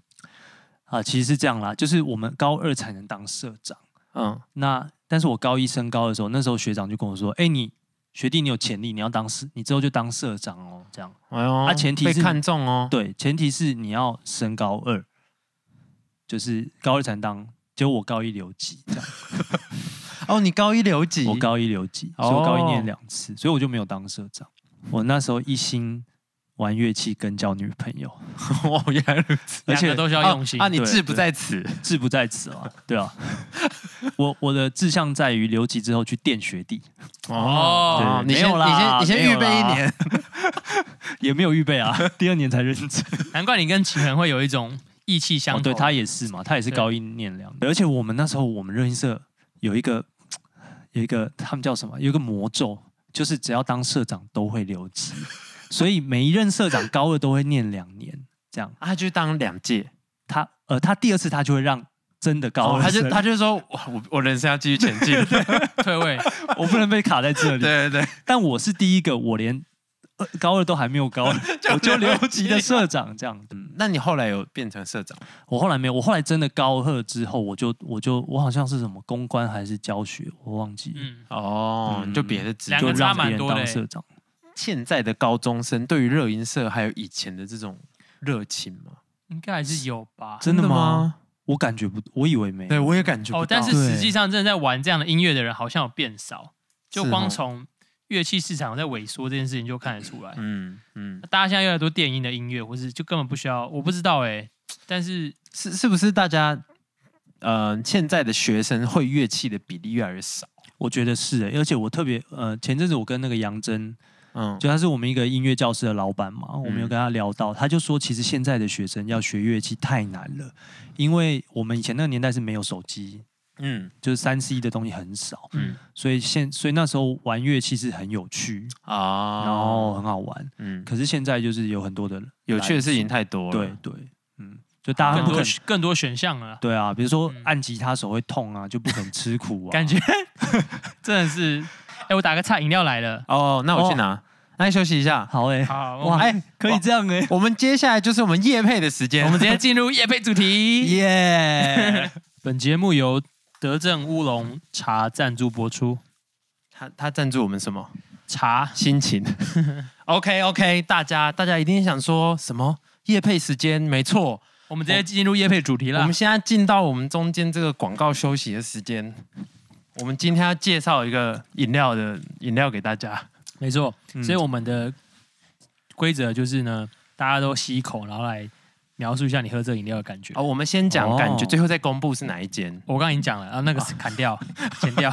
Speaker 1: 啊，其实是这样啦，就是我们高二才能当社长，
Speaker 3: 嗯，
Speaker 1: 那但是我高一升高的时候，那时候学长就跟我说，哎，你学弟你有潜力，你要当社，你之后就当社长哦，这样，
Speaker 3: 哎呦，
Speaker 1: 啊前提
Speaker 3: 被
Speaker 1: 是
Speaker 3: 看中哦，
Speaker 1: 对，前提是你要升高二，就是高二才能当，结果我高一留级，这样，
Speaker 3: 哦，你高一留级，
Speaker 1: 我高一留级，所以我高一念两次，所以我就没有当社长。我那时候一心玩乐器跟交女朋友，
Speaker 3: 哦，原来如此，
Speaker 1: 而
Speaker 2: 两个
Speaker 1: 且
Speaker 2: 都需要用心
Speaker 3: 啊啊，你
Speaker 1: 对
Speaker 3: 志不
Speaker 1: 对
Speaker 3: 在此，
Speaker 1: 志不在此啊，对啊。我我的志向在于留级之后去垫学弟，
Speaker 2: 哦
Speaker 1: 对
Speaker 3: 你
Speaker 1: 没
Speaker 3: 先
Speaker 1: 有啦
Speaker 3: 你先
Speaker 1: 没
Speaker 3: 你先
Speaker 1: 有
Speaker 3: 预备一
Speaker 1: 啦
Speaker 3: 年，
Speaker 1: 也没有预备啊，第二年才认真。
Speaker 2: 难怪你跟启恒会有一种意气相
Speaker 1: 哦，
Speaker 2: 投。
Speaker 1: 对他也是嘛，他也是
Speaker 2: 对
Speaker 1: 高一念两年，而且我们那时候我们热音社有一个有一个他们叫什么？有一个魔咒，就是只要当社长都会留 级，所以每一任社长高二都会念两年，这样
Speaker 3: 啊，他就当两届，
Speaker 1: 他呃他第二次他就会让真的高
Speaker 3: 哦
Speaker 1: 二
Speaker 3: 他
Speaker 1: 生、
Speaker 3: 就他就说，哇我我人生要继续前进， 对
Speaker 2: 退位，
Speaker 1: 我不能被卡在 这里，
Speaker 3: 对对，
Speaker 1: 但我是第一个，我连呃高二都还没有高，我 就留级的社长这样。嗯，
Speaker 3: 那你后来有变成社长？
Speaker 1: 我后来没有，我后来真的高二之后，我就我就我好像是什么公关还是教学，我忘记了，
Speaker 2: 嗯，
Speaker 3: 哦，
Speaker 1: 嗯
Speaker 3: 就别的职
Speaker 2: 两
Speaker 1: 就
Speaker 2: 个
Speaker 3: 位。
Speaker 2: 差
Speaker 1: 让别
Speaker 2: 蛮
Speaker 1: 人
Speaker 2: 多的
Speaker 1: 当
Speaker 2: 欸
Speaker 1: 社长。
Speaker 3: 现在的高中生对于热音社还有以前的这种热情吗？
Speaker 2: 应该还是有吧。
Speaker 1: 真的吗？？我感觉不，我以为没有。
Speaker 3: 对我也感觉不
Speaker 2: 哦，
Speaker 3: 到
Speaker 2: 但是实际上真的在玩这样的音乐的人好像有变少，就是
Speaker 3: 哦
Speaker 2: 光从乐器市场在萎缩这件事情就看得出来。
Speaker 3: 嗯嗯，
Speaker 2: 大家现在越来越多电音的音乐，或是就根本不需要，我不知道哎、但是
Speaker 3: 是是不是大家呃现在的学生会乐器的比例越来越少？
Speaker 1: 我觉得是欸，而且我特别呃，前阵子我跟那个杨真，
Speaker 3: 嗯，
Speaker 1: 就他是我们一个音乐教室的老板嘛，我们有
Speaker 3: 嗯
Speaker 1: 跟他聊到，他就说其实现在的学生要学乐器太难了，因为我们以前那个年代是没有手机，
Speaker 3: 嗯
Speaker 1: 就是三 C 的东西很少，
Speaker 2: 嗯，
Speaker 1: 所以现所以那时候玩乐器是很有趣，
Speaker 3: 啊，
Speaker 1: 然后很好玩。
Speaker 3: 嗯，
Speaker 1: 可是现在就是有很多的
Speaker 3: 有趣的事情太多了。
Speaker 1: 对对，嗯，就大
Speaker 3: 啊
Speaker 1: 家
Speaker 2: 更
Speaker 1: 不
Speaker 2: 多
Speaker 1: 肯
Speaker 2: 选更多选项了，
Speaker 1: 对啊，比如说
Speaker 2: 嗯
Speaker 1: 按吉他手会痛啊，就不肯吃苦啊，
Speaker 2: 感 觉真的是，哎、我打个岔，饮料来了，
Speaker 3: 哦，那我去拿，那你休息一下。
Speaker 1: 好哎、
Speaker 2: 好，
Speaker 1: 哇
Speaker 2: 我
Speaker 3: 哎，
Speaker 1: 可以这样哎、
Speaker 3: 我们接下来就是我们夜配的时间，
Speaker 2: 我们直接进入夜配主题。
Speaker 3: 耶。
Speaker 2: 本节目由德政乌龙茶赞助播出，
Speaker 3: 他他赞助我们什么？
Speaker 2: 茶
Speaker 3: 心情。OK OK，大家大家一定想说什么？夜配时间没错，
Speaker 2: 我们直接进入夜配主题
Speaker 3: 我
Speaker 2: 了
Speaker 3: 们。现在进到我们中间这个广告休息的时间。我们今天要介绍一个饮料的饮料给大家。
Speaker 2: 没错，
Speaker 1: 嗯
Speaker 2: 所以我们的规则就是呢，大家都吸一口，然后来描述一下你喝这个饮料的感觉。
Speaker 3: 好，哦我们先讲感觉，
Speaker 1: 哦
Speaker 3: 最后再公布是哪一间。
Speaker 2: 我刚刚已经讲了，啊，那个是砍 掉、剪掉。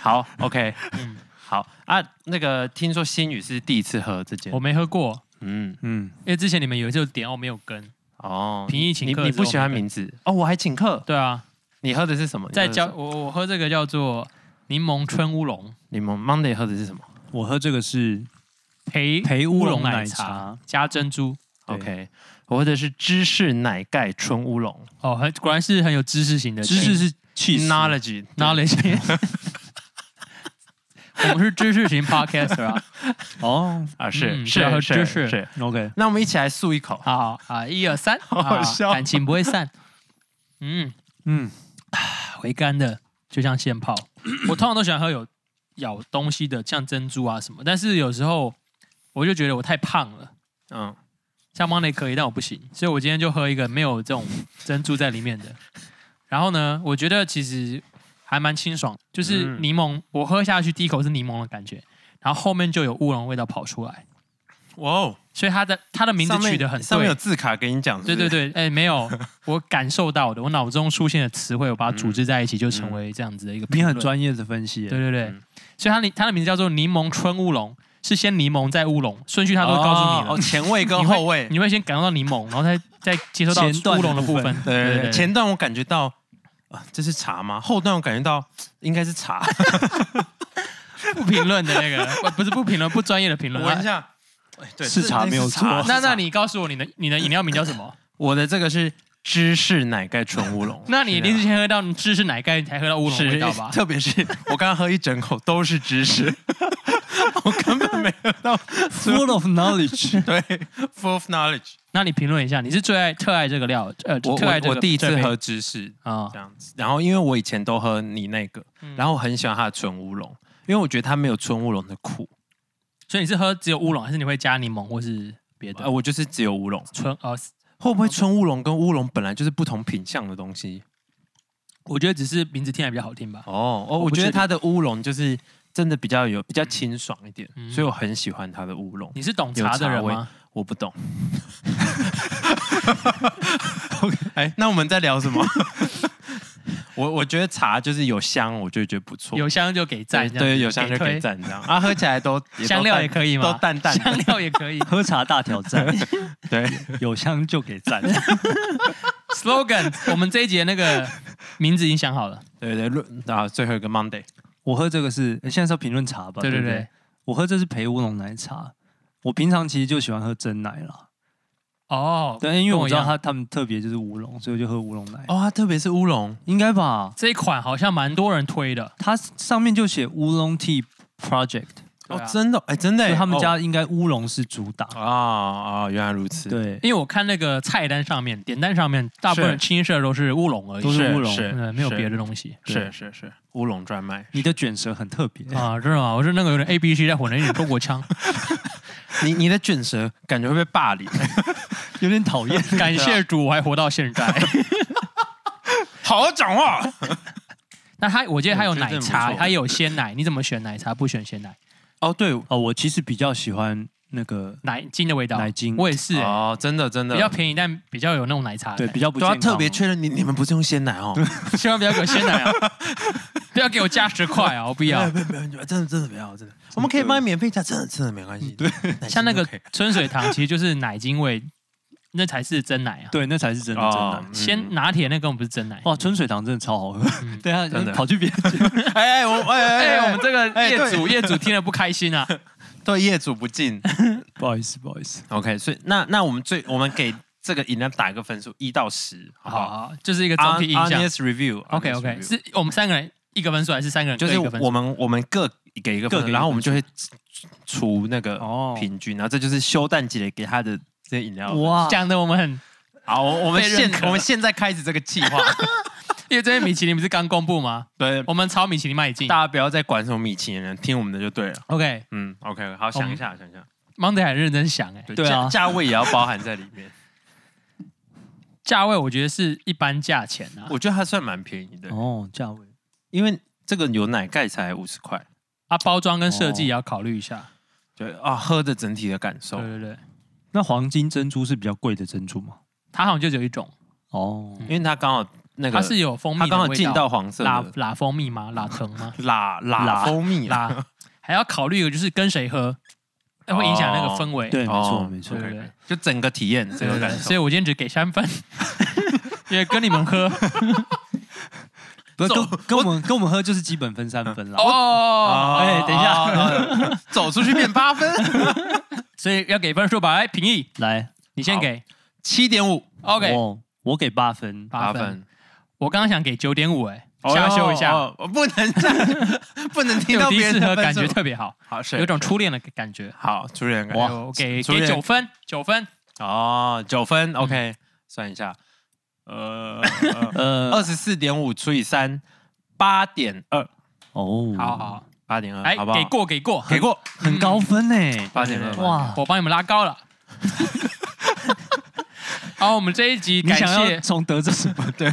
Speaker 3: 好，OK，
Speaker 2: 嗯
Speaker 3: 好啊。那个听说新宇是第一次喝这间
Speaker 2: 我，没喝过，
Speaker 3: 嗯，
Speaker 1: 嗯，
Speaker 2: 因为之前你们有一次有点我没有跟。
Speaker 3: 哦，
Speaker 2: 平易请
Speaker 3: 你
Speaker 2: 客
Speaker 3: 你
Speaker 2: 的时候
Speaker 3: 不喜欢
Speaker 2: 我没
Speaker 3: 名字哦？我还请客，
Speaker 2: 对啊，
Speaker 3: 你喝的是什么？
Speaker 2: 在
Speaker 3: 教
Speaker 2: 叫我我喝这个叫做柠檬春乌龙
Speaker 3: 你们 Monday 喝的是什么
Speaker 1: 我喝这个是
Speaker 2: 陪
Speaker 1: 陪乌
Speaker 2: 乌
Speaker 1: 龙
Speaker 2: 龙
Speaker 1: 奶
Speaker 2: 奶
Speaker 1: 茶
Speaker 2: 茶加珍珠。
Speaker 1: 对
Speaker 3: ？OK，我喝的是芝士奶盖纯乌龙
Speaker 2: 哦，很果然是很有知识型的
Speaker 1: 芝士是 cheese，
Speaker 3: ，Knowledge
Speaker 2: knowledge。我们是知识型 podcaster 啊，
Speaker 1: 哦
Speaker 3: 啊，是
Speaker 2: 嗯
Speaker 3: 是
Speaker 2: 对啊喝
Speaker 3: 是
Speaker 2: 芝士
Speaker 3: 是是。
Speaker 1: ，OK，
Speaker 3: 那我们一起来漱一口，
Speaker 2: 好好啊，一二三，
Speaker 3: 好好
Speaker 2: 啊
Speaker 3: 笑
Speaker 2: 感情不会散。嗯，
Speaker 1: 嗯，
Speaker 2: 回甘的就像现泡，我通常都喜欢喝有咬东西的，像珍珠啊什么，但是有时候我就觉得我太胖了。
Speaker 3: 嗯，
Speaker 2: 像 Monday 可以，但我不行，所以我今天就喝一个没有这种珍珠在里面的。然后呢，我觉得其实还蛮清爽，就是
Speaker 3: 嗯
Speaker 2: 柠檬，我喝下去第一口是柠檬的感觉，然后后面就有乌龙味道跑出来，
Speaker 3: 哇哦，
Speaker 2: 所以它的它的名字
Speaker 3: 上面
Speaker 2: 取得很
Speaker 3: 上面有
Speaker 2: 对。
Speaker 3: 字卡给你讲，
Speaker 2: 对对
Speaker 3: 对，
Speaker 2: 对， 哎，没有，我感受到的，我脑中出现的词汇，我把它组织在一起，就成为这样子的一个。
Speaker 1: 你很，专业的分析欸、
Speaker 2: 对对对
Speaker 3: 嗯，
Speaker 2: 所以它的它的名字叫做柠檬春乌龙，是先柠檬再乌龙，顺序它
Speaker 3: 他
Speaker 2: 都告诉你了
Speaker 3: 哦，。前味跟后味，
Speaker 2: 你会先感受到柠檬，然后再再接收到
Speaker 1: 前段的
Speaker 2: 乌龙的
Speaker 1: 部
Speaker 2: 部
Speaker 1: 分
Speaker 2: 分。
Speaker 3: 对对对，前段 我感觉到啊，这是茶吗？后段我感觉到应该 是茶，
Speaker 2: 不评论的那个，不不是不评论，不专业的评
Speaker 3: 我
Speaker 2: 论。
Speaker 3: 闻一 下，哎，对，
Speaker 1: 是茶
Speaker 3: 这
Speaker 1: 没有
Speaker 3: 是茶
Speaker 1: 错
Speaker 2: 那
Speaker 3: 是茶
Speaker 2: 那你告诉我你的你的饮料名叫什 么？，
Speaker 3: 我的这个是芝士奶盖纯乌 龙
Speaker 2: 那你一定是先喝到芝士奶盖，你才喝到乌龙
Speaker 3: 啊是
Speaker 2: 味道吧？
Speaker 3: 特 别是我刚刚喝一整口都是芝士，我根本没喝到。
Speaker 1: ，full of knowledge，
Speaker 3: 对，full of knowledge。
Speaker 2: 那你评论一下，你是最爱特爱这个料，呃，
Speaker 3: 我
Speaker 2: 特爱这
Speaker 3: 我
Speaker 2: 个
Speaker 3: 我第一次
Speaker 2: 这
Speaker 3: 喝
Speaker 2: 杯
Speaker 3: 芝士
Speaker 2: 啊
Speaker 3: 这，样子，然后因为我以前都喝你那个，
Speaker 2: 嗯
Speaker 3: 然后我很喜欢它的纯乌龙，因为我觉得它没有纯乌龙的苦。
Speaker 2: 所以你是喝只有乌龙，还是你会加柠檬或是别
Speaker 3: 呃，
Speaker 2: 的？
Speaker 3: 我就是只有乌龙，
Speaker 2: 纯呃，
Speaker 3: 会不会纯乌龙跟乌龙本来就是不同品相的东西？
Speaker 2: 我觉得只是名字听起来比较好听吧。
Speaker 3: 哦哦，
Speaker 2: 我
Speaker 3: 我
Speaker 2: 不
Speaker 3: 觉
Speaker 2: 确
Speaker 3: 得
Speaker 2: 定
Speaker 3: 它的乌龙就是真的比较有比较清爽一点，
Speaker 2: 嗯
Speaker 3: 所以我很喜欢它的乌龙。
Speaker 2: 你是懂茶的人
Speaker 3: 有茶
Speaker 2: 吗？
Speaker 3: 我不 懂。哎，那我们在聊什 么？我我觉得茶就是有香，我就觉得不错。
Speaker 2: 有香就给赞
Speaker 3: 对，
Speaker 2: 这样
Speaker 3: 对，有香就可以
Speaker 2: 推，
Speaker 3: 赞这样啊，喝起来 都都
Speaker 2: 香料
Speaker 3: 淡
Speaker 2: 也可以
Speaker 3: 都
Speaker 2: 吗？
Speaker 3: 淡淡
Speaker 2: 香
Speaker 3: 的。
Speaker 2: 料也可以。
Speaker 1: 喝茶大挑战，
Speaker 3: 对，
Speaker 1: 有香就给赞。
Speaker 2: slogan，我们这一节那个名字已经想好了。
Speaker 3: 对对，论啊，最后一个 Monday，
Speaker 1: 我喝这个是呃现在是要评论茶吧？
Speaker 2: 对
Speaker 1: 对
Speaker 2: 对
Speaker 1: 不
Speaker 2: 对，，
Speaker 1: 我喝这是陪乌龙奶茶。我平常其实就喜欢喝真奶啦，
Speaker 2: 哦，
Speaker 1: 对，因为
Speaker 2: 跟
Speaker 1: 我
Speaker 2: 我
Speaker 1: 知道
Speaker 2: 一样
Speaker 1: 他他们特别就是乌龙，所以我就喝乌龙奶。
Speaker 3: 哦，它特别是乌龙，
Speaker 1: 应该吧？
Speaker 2: 这一款好像蛮多人推的。
Speaker 1: 它上面就写乌龙 Tea Project，
Speaker 2: 对
Speaker 3: 哦
Speaker 2: 啊，
Speaker 3: 真的，哎，真的
Speaker 1: 所
Speaker 3: 耶，
Speaker 1: 以他们
Speaker 3: 哦
Speaker 1: 家应该乌龙是主打。
Speaker 3: 啊啊，原来如此，，
Speaker 1: 对，
Speaker 2: 因为我看那个菜单上面、点单上面，大部分
Speaker 3: 是
Speaker 2: 清一色都是乌龙而已，
Speaker 1: 都是乌龙
Speaker 3: 是
Speaker 2: 嗯，没有别
Speaker 3: 的，
Speaker 2: 的东西。
Speaker 3: 是是是是乌龙专卖。
Speaker 1: 你的卷舌很特别。
Speaker 2: 啊，真的吗？我是那个有点 A B C 在混了一点中国腔，
Speaker 3: 你你的卷舌感觉会被霸凌，
Speaker 1: 有点讨厌。
Speaker 2: 感
Speaker 3: 啊
Speaker 2: 谢主，我还活到现在。
Speaker 3: 好好讲话。
Speaker 2: 那它，我记得它有
Speaker 3: 我觉得
Speaker 2: 奶
Speaker 3: 这不
Speaker 2: 茶，
Speaker 3: 错
Speaker 2: 它也有鲜奶，你怎么选奶茶不选鲜奶？
Speaker 3: 哦，对，
Speaker 1: 哦，我其实比较喜欢那个
Speaker 2: 奶精的味道，
Speaker 1: 奶精
Speaker 2: 我也是、欸
Speaker 3: 哦，真的真的
Speaker 2: 比较便宜，但比较有那种奶茶
Speaker 1: 对
Speaker 2: 感。
Speaker 1: 比较不
Speaker 3: 都
Speaker 1: 健
Speaker 3: 要
Speaker 1: 康，
Speaker 3: 啊特别确认你你们不是用鲜奶哦，
Speaker 2: 千万不要给我鲜奶啊！不要给我加十块啊！我不
Speaker 3: 不
Speaker 2: 要。嗯
Speaker 3: 不要不要，真的真的不
Speaker 1: 哦
Speaker 3: 要，真的，我们可以卖免费加，真的真的没关系，对，
Speaker 2: 像那个春水堂，其实就是奶精味，那才是真嗯奶啊。
Speaker 1: 对，那才是真的真
Speaker 3: 哦
Speaker 1: 的。，
Speaker 2: 鲜拿铁那根本不是真奶。
Speaker 1: 哇，春水堂真的超 好喝
Speaker 2: 嗯。
Speaker 1: 对啊，
Speaker 3: 真的
Speaker 1: 跑去别人 家
Speaker 3: 嗯哎哎我哎哎
Speaker 2: 哎，
Speaker 3: 哎，
Speaker 2: 我
Speaker 3: 我
Speaker 2: 们
Speaker 3: 们
Speaker 2: 这个
Speaker 3: 哎
Speaker 2: 业
Speaker 3: 对
Speaker 2: 主业主听了不开心啊！
Speaker 3: 对业主不敬
Speaker 1: 不好意思，不好意思。
Speaker 3: ，OK，所以那那我们最我们给这个饮料打一个分数，一到十， 好不
Speaker 2: 好
Speaker 3: 好
Speaker 2: 好，好就是一个总体印象。
Speaker 3: ？Honest review。
Speaker 2: OK OK，是我们三个人一个分数，还是三个人
Speaker 3: 就
Speaker 2: 各
Speaker 3: 是
Speaker 2: 一个分
Speaker 3: 我
Speaker 2: 数？
Speaker 3: 们我们各给一个
Speaker 1: 各
Speaker 3: 分
Speaker 1: 给一个
Speaker 3: 数，然后我们就会除那个
Speaker 1: 哦
Speaker 3: 平均，然后这就是修蛋姐给他的这些饮料。
Speaker 1: 哇，
Speaker 2: 讲的我们很，
Speaker 3: 好，我我们
Speaker 2: 被认
Speaker 3: 现
Speaker 2: 可
Speaker 3: 我们现在开始这个计 划，
Speaker 2: 因为这边米其林不是刚公布吗？
Speaker 3: 对，
Speaker 2: 我们朝米其林迈进。
Speaker 3: 大家不要再管什么米其林了，听我们的就对了。
Speaker 2: OK，Monday
Speaker 3: 嗯，OK，好，想一
Speaker 2: 哦
Speaker 3: 下，想一下，
Speaker 2: 很认真想哎，
Speaker 1: 对啊
Speaker 3: 价价位也要包含在里面。
Speaker 2: 价位我觉得是一般价钱啊。
Speaker 3: 我觉得它算蛮便宜的，
Speaker 1: 哦，价位
Speaker 3: 因为这个牛奶盖才五十块。
Speaker 2: 啊，包装跟设计也要考虑一下。
Speaker 3: 对啊，喝的整体的感受
Speaker 2: 对，对对，
Speaker 1: 那黄金珍珠是比较贵的珍珠吗？
Speaker 2: 它好像就只有一种，
Speaker 1: 哦，
Speaker 3: 因为它刚好那个
Speaker 2: 它是有蜂蜜
Speaker 3: 它
Speaker 2: 的味道，
Speaker 3: 刚好进到黄色
Speaker 2: 拉
Speaker 3: 的？
Speaker 2: 拉蜂蜜吗？拉藤吗
Speaker 3: 拉
Speaker 1: 拉
Speaker 3: 拉蜂蜜啊，
Speaker 2: 拉，还要考虑一个就是跟谁喝，那会影响那个氛围。
Speaker 1: 对，没错
Speaker 3: 哦
Speaker 1: 没错
Speaker 2: 对。对
Speaker 3: OK，就整个体验，整
Speaker 2: 对
Speaker 3: 个
Speaker 2: 对对，
Speaker 3: 感
Speaker 2: 所
Speaker 3: 受
Speaker 2: 以。我今天只给三分，因为跟你们喝
Speaker 1: 不是跟跟我们跟我们喝就是基本分三分啦。
Speaker 2: 哦哎，等一下，
Speaker 3: 下， 走出去变八分，
Speaker 2: 所以要给分数吧，来评议，
Speaker 1: 来
Speaker 2: 你先给
Speaker 3: 七点五
Speaker 2: ，OK，
Speaker 1: 我我给八分，
Speaker 2: 八分。，我刚刚想给九点五，哎，
Speaker 3: 哦
Speaker 2: 下修一下，
Speaker 3: 哦哦不能这样， 不能听
Speaker 2: 有
Speaker 3: 到
Speaker 2: 第
Speaker 3: 别
Speaker 2: 一次
Speaker 3: 人
Speaker 2: 喝
Speaker 3: 的
Speaker 2: 感
Speaker 3: 分数
Speaker 2: 觉特别好，
Speaker 3: 好，是
Speaker 2: 有种初恋的感觉。
Speaker 3: 好主人感
Speaker 1: 哇
Speaker 2: 哎我给
Speaker 3: 初恋
Speaker 2: 给九分，九分，
Speaker 3: 哦，九分，OK，算一下， 呃，
Speaker 1: 呃，
Speaker 3: 二十四点五除以三，八点二，
Speaker 1: 哦，
Speaker 2: 好，好，
Speaker 3: 八点
Speaker 2: 哎
Speaker 3: 二，，嗯好不好？
Speaker 2: 给，过给过，
Speaker 3: 给过，
Speaker 1: 很高分呢，
Speaker 3: 嗯八点二，哇，
Speaker 1: 哇！
Speaker 2: 我帮你们拉高 了。好，我们这一集
Speaker 1: 你
Speaker 2: 感
Speaker 1: 想要
Speaker 2: 谢，
Speaker 1: 从得这什 么？对，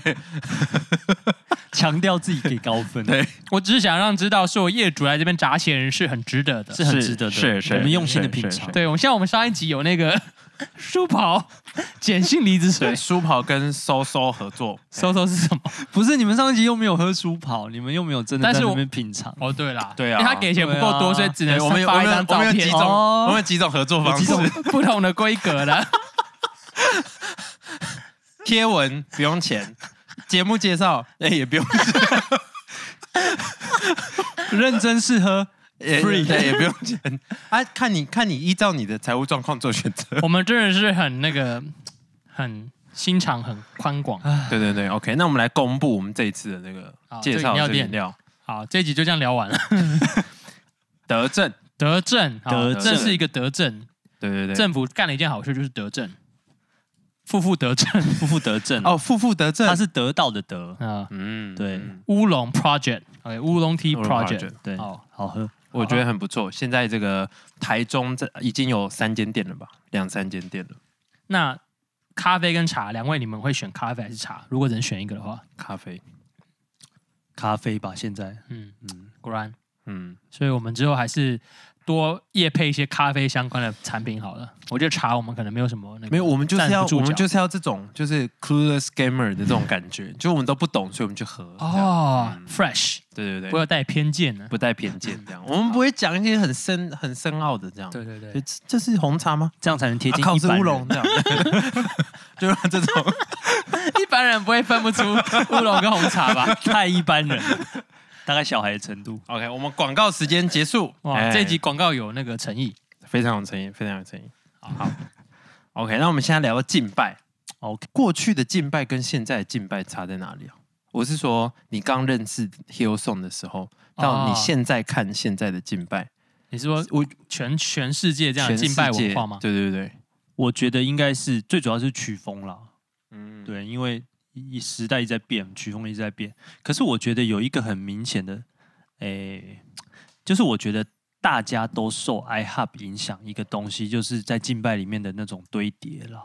Speaker 1: 强调自己给高分，
Speaker 3: 对
Speaker 2: 我只是想让知道，说我业主来这边砸钱是很值得的。
Speaker 1: 是很值得的，
Speaker 3: 是是
Speaker 1: 我们用心的
Speaker 3: 是是
Speaker 1: 品尝
Speaker 3: 是。
Speaker 2: 对，我们像我们上一集有那个 舒跑碱性离子水
Speaker 3: 对，，舒跑跟搜搜合作，
Speaker 2: 搜搜是什么？
Speaker 1: 不是你们上一集又没有喝舒跑，你们又没有真的
Speaker 2: 但是
Speaker 1: 在那
Speaker 2: 我
Speaker 1: 边品尝。
Speaker 2: 哦，对啦，
Speaker 3: 对啊
Speaker 2: 因为他给钱不够
Speaker 1: 对
Speaker 2: 多，
Speaker 1: 啊
Speaker 2: 所以只能
Speaker 3: 对，我们有我
Speaker 2: 发
Speaker 3: 们
Speaker 2: 一
Speaker 3: 有
Speaker 2: 张
Speaker 3: 我
Speaker 2: 照
Speaker 3: 们有几
Speaker 2: 片，
Speaker 3: 种，
Speaker 1: 哦
Speaker 3: 我们有几种合作方
Speaker 1: 有几种
Speaker 3: 式，
Speaker 2: 不同的规格的。
Speaker 3: 贴文不用钱，节目介绍 哎也不用钱，
Speaker 1: 认真试喝，
Speaker 3: 也
Speaker 1: Free
Speaker 3: 对哎也不用钱，啊，看你看你依照你的财务状况做选择。
Speaker 2: 我们真的是很那个，很心肠很宽广。
Speaker 3: 对对对，OK，那我们来公布我们这一次的那个
Speaker 2: 好
Speaker 3: 介绍
Speaker 2: 这个饮料
Speaker 3: 的这个
Speaker 2: 店
Speaker 3: 饮料，
Speaker 2: 好，这一集就这样聊完了。
Speaker 3: 德政，
Speaker 2: 德政，好
Speaker 1: 德
Speaker 2: 这
Speaker 1: 政
Speaker 2: 是一个德政，
Speaker 3: 对对对，
Speaker 2: 政府干了一件好事，就是德政，负负得正
Speaker 1: 负负得正。
Speaker 3: 哦，负负得正，
Speaker 1: 它是得到的得，
Speaker 2: 啊。
Speaker 3: 嗯
Speaker 1: 对
Speaker 3: 嗯
Speaker 2: 乌龙 Project，OK，、乌龙 Tea
Speaker 3: 乌龙
Speaker 2: Project，
Speaker 1: 对，
Speaker 2: 好，
Speaker 1: 好喝。
Speaker 3: 我觉得很不错。现在这个台中这呃已经有三间店了吧，两三间店了。
Speaker 2: 那咖啡跟茶，两位你们会选咖啡还是茶？如果只能选一个的话，
Speaker 3: 咖啡，
Speaker 1: 咖啡吧，现在
Speaker 2: 嗯嗯
Speaker 1: 嗯，
Speaker 2: 果然，
Speaker 3: 嗯，
Speaker 2: 所以我们之后还是多夜配一些咖啡相关的产品好了。我觉得茶我们可能没有什么那个，
Speaker 3: 没有，我们就是
Speaker 2: 站
Speaker 3: 要
Speaker 2: 不住
Speaker 3: 我们
Speaker 2: 脚
Speaker 3: 就是要这种就是 clueless gamer 的这种感觉， 就我们都不懂，所以我们去喝。哦，
Speaker 2: 哦、
Speaker 3: 嗯
Speaker 2: f r e s h
Speaker 3: 对对
Speaker 2: 不要
Speaker 3: 对，
Speaker 2: 带偏见呢。
Speaker 3: 不带偏见这样， 我们不会讲一些很深很深奥的这样。
Speaker 2: 对对对
Speaker 3: 就，这这是红茶吗？
Speaker 1: 这样才能贴
Speaker 3: 啊
Speaker 1: 近
Speaker 3: 靠，
Speaker 1: 一
Speaker 3: 是
Speaker 1: 般
Speaker 3: 乌
Speaker 1: 人
Speaker 3: 龙这样，就让这种
Speaker 2: 一般般人不会分不出乌龙跟红茶吧？
Speaker 1: 太一般人了，大概小孩的程度。
Speaker 3: OK，我们广告时间结束。
Speaker 2: 哇，
Speaker 3: 哎
Speaker 2: 这一集广告有那个诚意，
Speaker 3: 非常有诚意，非常有诚意。好，OK，那我们现在聊到敬拜。
Speaker 1: OK，
Speaker 3: 过去的敬拜跟现在的敬拜差在哪里啊？我是说，你刚认识 Hillsong 的时候，到你
Speaker 2: 哦
Speaker 3: 现在看现在的敬拜，
Speaker 2: 你是说
Speaker 3: 我
Speaker 2: 全全世界这样的
Speaker 3: 全世
Speaker 2: 敬拜
Speaker 3: 界
Speaker 2: 文化吗？
Speaker 3: 对对对，
Speaker 1: 我觉得应该是最主要是曲风啦，
Speaker 3: 嗯，
Speaker 1: 对，因为一一时代一直在变，曲风一直在变。可是我觉得有一个很明显的，诶、就是我觉得大家都受 iHub 影响一个东西，就是在敬拜里面的那种堆叠啦，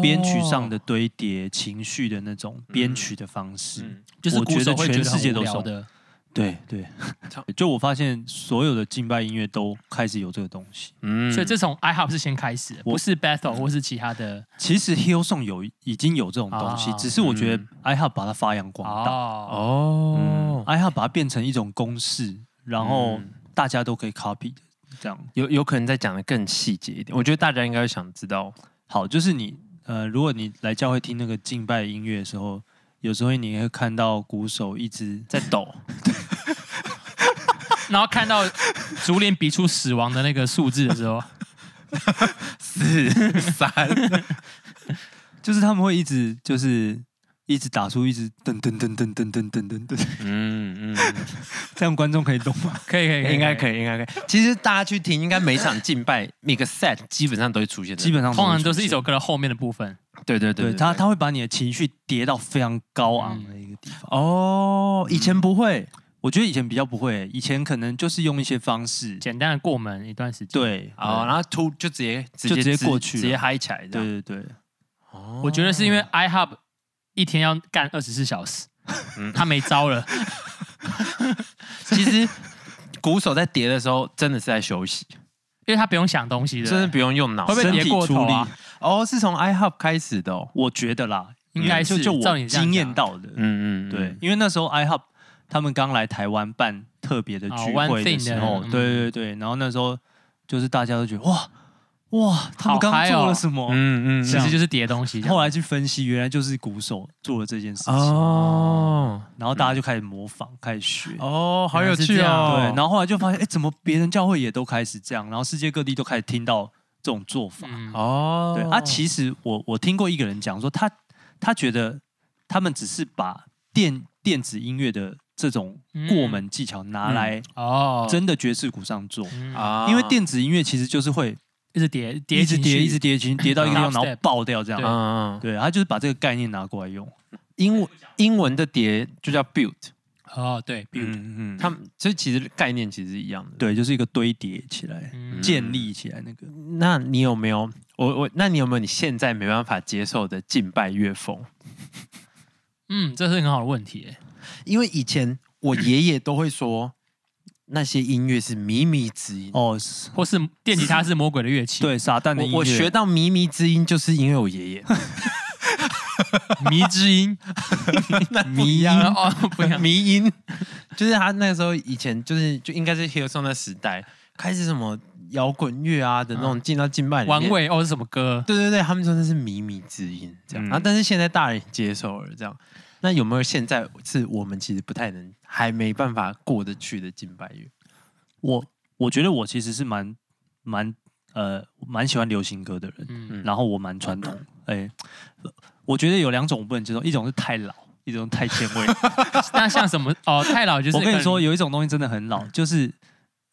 Speaker 1: 编曲上的堆叠，情绪的那种编
Speaker 3: 嗯
Speaker 1: 曲的方式。
Speaker 3: 嗯，
Speaker 2: 就是
Speaker 1: 我
Speaker 2: 鼓
Speaker 1: 觉
Speaker 2: 手
Speaker 1: 得
Speaker 2: 会
Speaker 1: 全
Speaker 2: 觉得
Speaker 1: 世界
Speaker 2: 很
Speaker 1: 都
Speaker 2: 无聊
Speaker 1: 送
Speaker 2: 的。
Speaker 1: 对对， 就我发现所有的敬拜音乐都开始有这个东西。
Speaker 3: 嗯
Speaker 2: 所以这从 iHop 是先开始的，
Speaker 1: 我
Speaker 2: 不是 Battle 或是其他的
Speaker 1: 其实 Hillsong 有已经有这种东西，
Speaker 2: 啊
Speaker 1: 只是我觉得
Speaker 3: 嗯
Speaker 1: iHub 把它发扬光大。
Speaker 2: 哦
Speaker 1: 嗯
Speaker 3: 哦，
Speaker 1: ，iHub 把它变成一种公式，然后
Speaker 3: 嗯
Speaker 1: 大家都可以 copy 的这样。
Speaker 3: 有有可能再讲的更细节一点，我觉得大家应该会想知道，
Speaker 1: 好，就是你呃，如果你来教会听那个敬拜音乐的时候，有时候你会看到鼓手一直在 抖，
Speaker 2: 然后看到竹林比出死亡的那个数字的时候，
Speaker 3: 四三，
Speaker 1: 就是他们会一直就是一直打出一直噔噔噔噔噔噔噔噔 噔，
Speaker 3: 嗯嗯，
Speaker 1: 这样观众可以懂吗？
Speaker 2: 可以可以可以，
Speaker 3: 应该
Speaker 2: 以。
Speaker 3: 可以，应该可以。其实大家去听，应该每场敬拜每个 set 基本上都会出现这个，
Speaker 1: 基本上
Speaker 2: 通常
Speaker 1: 会
Speaker 2: 都是
Speaker 1: 出
Speaker 2: 一
Speaker 1: 现
Speaker 2: 首歌的后面的部分，
Speaker 3: 对对对
Speaker 1: 对他，他会把你的情绪叠到非常高昂的一个地方。嗯
Speaker 3: 哦，以前不会，
Speaker 1: 我觉得以前比较不会，以前可能就是用一些方式，
Speaker 2: 简单的过门一段时间。，
Speaker 1: 对，
Speaker 3: 哦，然后突就直接直
Speaker 1: 就
Speaker 3: 接
Speaker 1: 直接过去了
Speaker 3: 直接嗨起来这样。
Speaker 1: 对对对，
Speaker 3: 哦
Speaker 2: 我觉得是因为 iHub 一天要干二十四小时
Speaker 3: 嗯，
Speaker 2: 他没招了。
Speaker 3: 其实鼓手在叠的时候真的是在休息，
Speaker 2: 因为他不用想东西的，
Speaker 3: 真的不用用脑
Speaker 2: 会。不会
Speaker 1: 身
Speaker 2: 叠
Speaker 1: 体嗯
Speaker 2: 过头啊
Speaker 1: 出力？
Speaker 3: 哦，是从 iHub 开始的哦。
Speaker 1: 我觉得啦，
Speaker 2: 应该
Speaker 1: 就是就
Speaker 2: 嗯照
Speaker 1: 我
Speaker 2: 你这样讲
Speaker 1: 经验到的，
Speaker 3: 嗯嗯，嗯
Speaker 1: 对，，因为那时候 iHub 他们刚来台湾办特别的聚
Speaker 2: 哦，One
Speaker 1: 会
Speaker 2: Thing
Speaker 1: 的时
Speaker 2: 的
Speaker 1: 候，
Speaker 2: 嗯
Speaker 1: 对对对，然后那时候就是大家都觉得哇哇，他们刚
Speaker 2: 嗨哦
Speaker 1: 做了什么？
Speaker 3: 嗯嗯
Speaker 2: 其
Speaker 1: 这
Speaker 3: 嗯
Speaker 1: 样
Speaker 2: 实就是叠东西这样。
Speaker 1: 后来去分析，原来就是鼓手做了这件事情，
Speaker 3: 哦
Speaker 1: 然后大家就开始模仿，开始学。
Speaker 3: 哦，好有趣
Speaker 2: 原来是这
Speaker 3: 哦
Speaker 2: 样。
Speaker 1: 对，然后后来就发现，哎，怎么别人教会也都开始这样，然后世界各地都开始听到这种做法。
Speaker 2: 嗯，
Speaker 3: 哦，
Speaker 1: 对啊，其实我我听过一个人讲说他，他觉得他们只是把电电子音乐的这种过门技巧拿来
Speaker 2: 哦，
Speaker 1: 真的爵士鼓上做，
Speaker 2: 嗯
Speaker 3: 啊
Speaker 1: 因为电子音乐其实就是会
Speaker 2: 一直叠叠
Speaker 1: 一直
Speaker 2: 进
Speaker 1: 叠
Speaker 2: 去
Speaker 1: 一直叠进去，叠到一个地方
Speaker 2: Dubstep
Speaker 1: 然后爆掉这
Speaker 3: 嗯
Speaker 1: 样。
Speaker 3: 嗯，嗯
Speaker 1: 对，他就是把这个概念拿过来用。
Speaker 3: 英文英文的叠就叫 build，
Speaker 2: 哦，对，build，
Speaker 1: 嗯嗯，
Speaker 3: 他
Speaker 1: 他们
Speaker 3: 们这其实概念其实是一样的。
Speaker 1: 对就是一个堆叠起来、
Speaker 2: 嗯
Speaker 1: 建立起来那个。
Speaker 3: 那你有没有我我？那你有没有你现在没办法接受的敬拜乐风？
Speaker 2: 嗯，这是很好的问题耶。
Speaker 3: 因为以前我爷爷都会说，那些音乐是靡靡之音。
Speaker 1: 哦，是
Speaker 2: 或是电吉他是魔鬼的乐器，，
Speaker 1: 对，撒旦的音乐
Speaker 3: 我我学到靡靡之音，就是因为我爷 爷
Speaker 2: 迷之 音，
Speaker 3: 迷音
Speaker 1: 啊
Speaker 2: 哦，不一样，
Speaker 3: 迷音，啊 就是他那时候以前就是就应该是 h i l l s o n 的时代开始什么摇滚乐啊的那种进到敬拜里面
Speaker 2: 玩。味哦是什么歌？
Speaker 3: 对对对，他们说那是靡靡之音这样，
Speaker 1: 嗯
Speaker 3: 然后但是现在大人也接受了这样，那有没有现在是我们其实不太能还没办法过得去的敬拜乐？
Speaker 1: 我我觉得我其实是蛮蛮呃蛮喜欢流行歌的人。
Speaker 2: 嗯
Speaker 3: 嗯
Speaker 1: 然后我蛮传统，哎、呃我觉得有两种我不能接受，一种是太老，一种太前卫。
Speaker 2: 那像什么哦，太老就是
Speaker 1: 我跟你
Speaker 2: 可能
Speaker 1: 说，，有一种东西真的很老，就是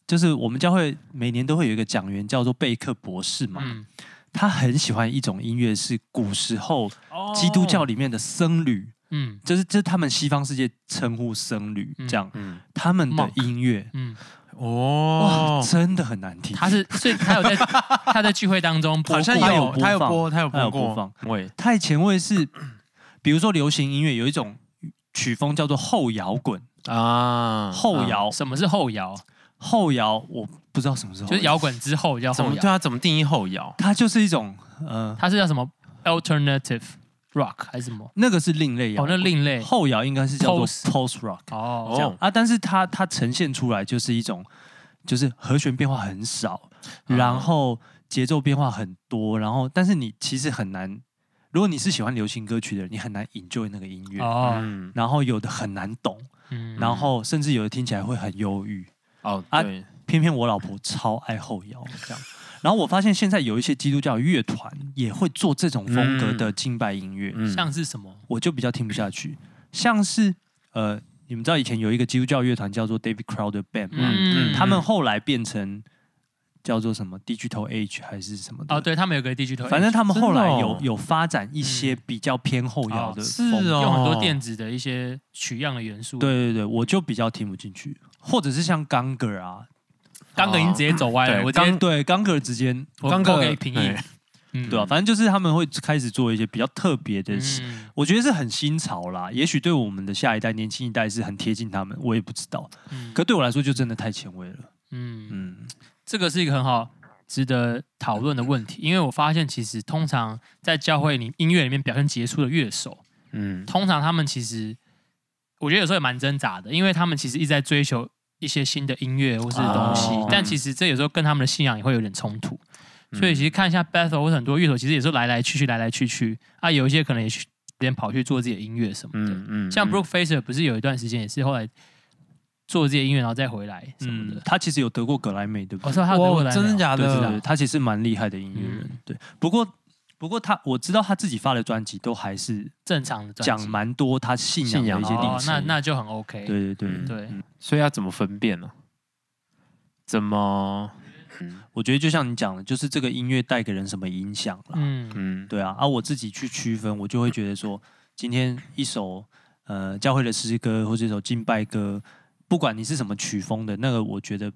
Speaker 1: 就是我们教会每年都会有一个讲员叫做贝克博士嘛，
Speaker 2: 嗯，
Speaker 1: 他很喜欢一种音乐是古时候
Speaker 3: 哦
Speaker 1: 基督教里面的僧侣，
Speaker 2: 嗯
Speaker 1: 就是就是他们西方世界称呼僧侣
Speaker 2: 嗯
Speaker 1: 这样，
Speaker 3: 嗯
Speaker 1: 他们的音乐。
Speaker 2: 嗯，
Speaker 1: 哇，
Speaker 3: 哦，
Speaker 1: 真的很难听。
Speaker 2: 他是所以他 有在他在聚会当中播
Speaker 3: 好像
Speaker 2: 过
Speaker 1: 有
Speaker 3: 有他有
Speaker 1: 播放
Speaker 3: 播他有
Speaker 1: 他有
Speaker 3: 播
Speaker 1: 播
Speaker 3: 过，
Speaker 1: 放
Speaker 3: 喂，
Speaker 1: 太前卫是，比如说流行音乐有一种曲风叫做后摇滚，
Speaker 3: 啊，
Speaker 1: 后摇，哦
Speaker 2: 什么是后摇，
Speaker 1: 后摇我不知道什么时候，
Speaker 2: 就是摇，滚之后叫
Speaker 3: 怎
Speaker 2: 后
Speaker 3: 么
Speaker 2: 摇，
Speaker 3: 对啊？怎么定义后摇？
Speaker 1: 它就是一种呃，
Speaker 2: 它是叫什么 alternative rock 还是什么？
Speaker 1: 那个是另类摇
Speaker 2: 哦，
Speaker 1: 滚，
Speaker 2: 那另类
Speaker 1: 后摇应该是叫做
Speaker 2: Post
Speaker 1: post rock
Speaker 2: 哦
Speaker 1: 这样、啊，但是它它呈现出来就是一种，就是和弦变化很少，
Speaker 3: 嗯
Speaker 2: 啊
Speaker 1: 然后节奏变化很多，然后但是你其实很难如果你是喜欢流行歌曲的人，你很难 enjoy 那个音乐，
Speaker 2: 哦，
Speaker 3: 嗯，
Speaker 1: 然后有的很难懂，
Speaker 2: 嗯
Speaker 1: 然后甚至有的听起来会很忧郁。
Speaker 3: 哦，
Speaker 1: 啊
Speaker 3: 对，
Speaker 1: 偏偏我老婆超爱后摇这样，然后我发现现在有一些基督教乐团也会做这种风格的敬拜音乐，
Speaker 3: 嗯
Speaker 2: 像是什么？
Speaker 1: 我就比较听不下去。像是呃，你们知道以前有一个基督教乐团叫做 David Crowder Band 吗？
Speaker 3: 嗯嗯
Speaker 1: 他们后来变成叫做什么 Digital Age 还是什么的？
Speaker 2: 哦，对他们有个 digital，
Speaker 1: 反正他们后来有、
Speaker 3: 真的哦
Speaker 1: 有发展一些比较偏后摇的
Speaker 2: 哦
Speaker 1: 风格。
Speaker 3: 是哦
Speaker 2: 用很多电子的一些取样的元素。，
Speaker 1: 对对对，我就比较听不进去，或者是像刚哥啊，
Speaker 2: 刚哥已经直接走歪了，
Speaker 3: 对
Speaker 2: 我今
Speaker 1: 刚
Speaker 2: 天
Speaker 1: 对哦刚哥之间，
Speaker 2: 我
Speaker 3: 刚
Speaker 2: 扣
Speaker 3: 哥
Speaker 2: 给平易，嗯
Speaker 1: 对吧、啊反正就是他们会开始做一些比较特别的事，
Speaker 2: 嗯
Speaker 1: 我觉得是很新潮啦。也许对我们的下一代、年轻一代是很贴近他们，我也不知道。
Speaker 2: 嗯
Speaker 1: 可对我来说，就真的太前卫了。
Speaker 2: 嗯
Speaker 1: 嗯，
Speaker 2: 这个是一个很好值得讨论的问题，因为我发现其实通常在教会里音乐里面表现杰出的乐手，
Speaker 3: 嗯，
Speaker 2: 通常他们其实我觉得有时候也蛮挣扎的，因为他们其实一直在追求一些新的音乐或是东西，
Speaker 1: 哦
Speaker 2: 但其实这有时候跟他们的信仰也会有点冲突。
Speaker 3: 嗯
Speaker 2: 所以其实看一下 battle 或者很多乐手，其实也是来来去去，来来去去啊，有一些可能也去边跑去做自己的音乐什么的。
Speaker 3: 嗯嗯，
Speaker 2: 像 Brooke Fraser 不是有一段时间也是后来做自己的音乐，然后再回来什么的哦
Speaker 1: 嗯。他其实有得过格莱美，对不
Speaker 2: 我
Speaker 1: 对？
Speaker 2: 说他有得过
Speaker 3: 哇
Speaker 2: 来
Speaker 3: 哦真
Speaker 2: 没有
Speaker 3: 的假
Speaker 1: 对对
Speaker 3: 的
Speaker 1: 对，？他其实蛮厉害的音乐人。
Speaker 2: 嗯
Speaker 1: 对，不过不过他我知道他自己发的专辑都还是
Speaker 2: 正常的专
Speaker 1: 讲
Speaker 2: 辑
Speaker 1: 蛮多他信仰的一些
Speaker 3: 信
Speaker 1: 历
Speaker 2: 哦，
Speaker 1: 程。
Speaker 2: 那那就很 OK。
Speaker 1: 对对对
Speaker 2: 对
Speaker 1: 嗯
Speaker 3: 所以要怎么分辨呢？怎么？
Speaker 1: 我觉得就像你讲的，就是这个音乐带给人什么影响了。
Speaker 2: 嗯
Speaker 3: 嗯，
Speaker 1: 对啊，啊，我自己去区分，我就会觉得说，今天一首呃教会的诗歌或者一首敬拜歌，不管你是什么曲风的，那个我觉得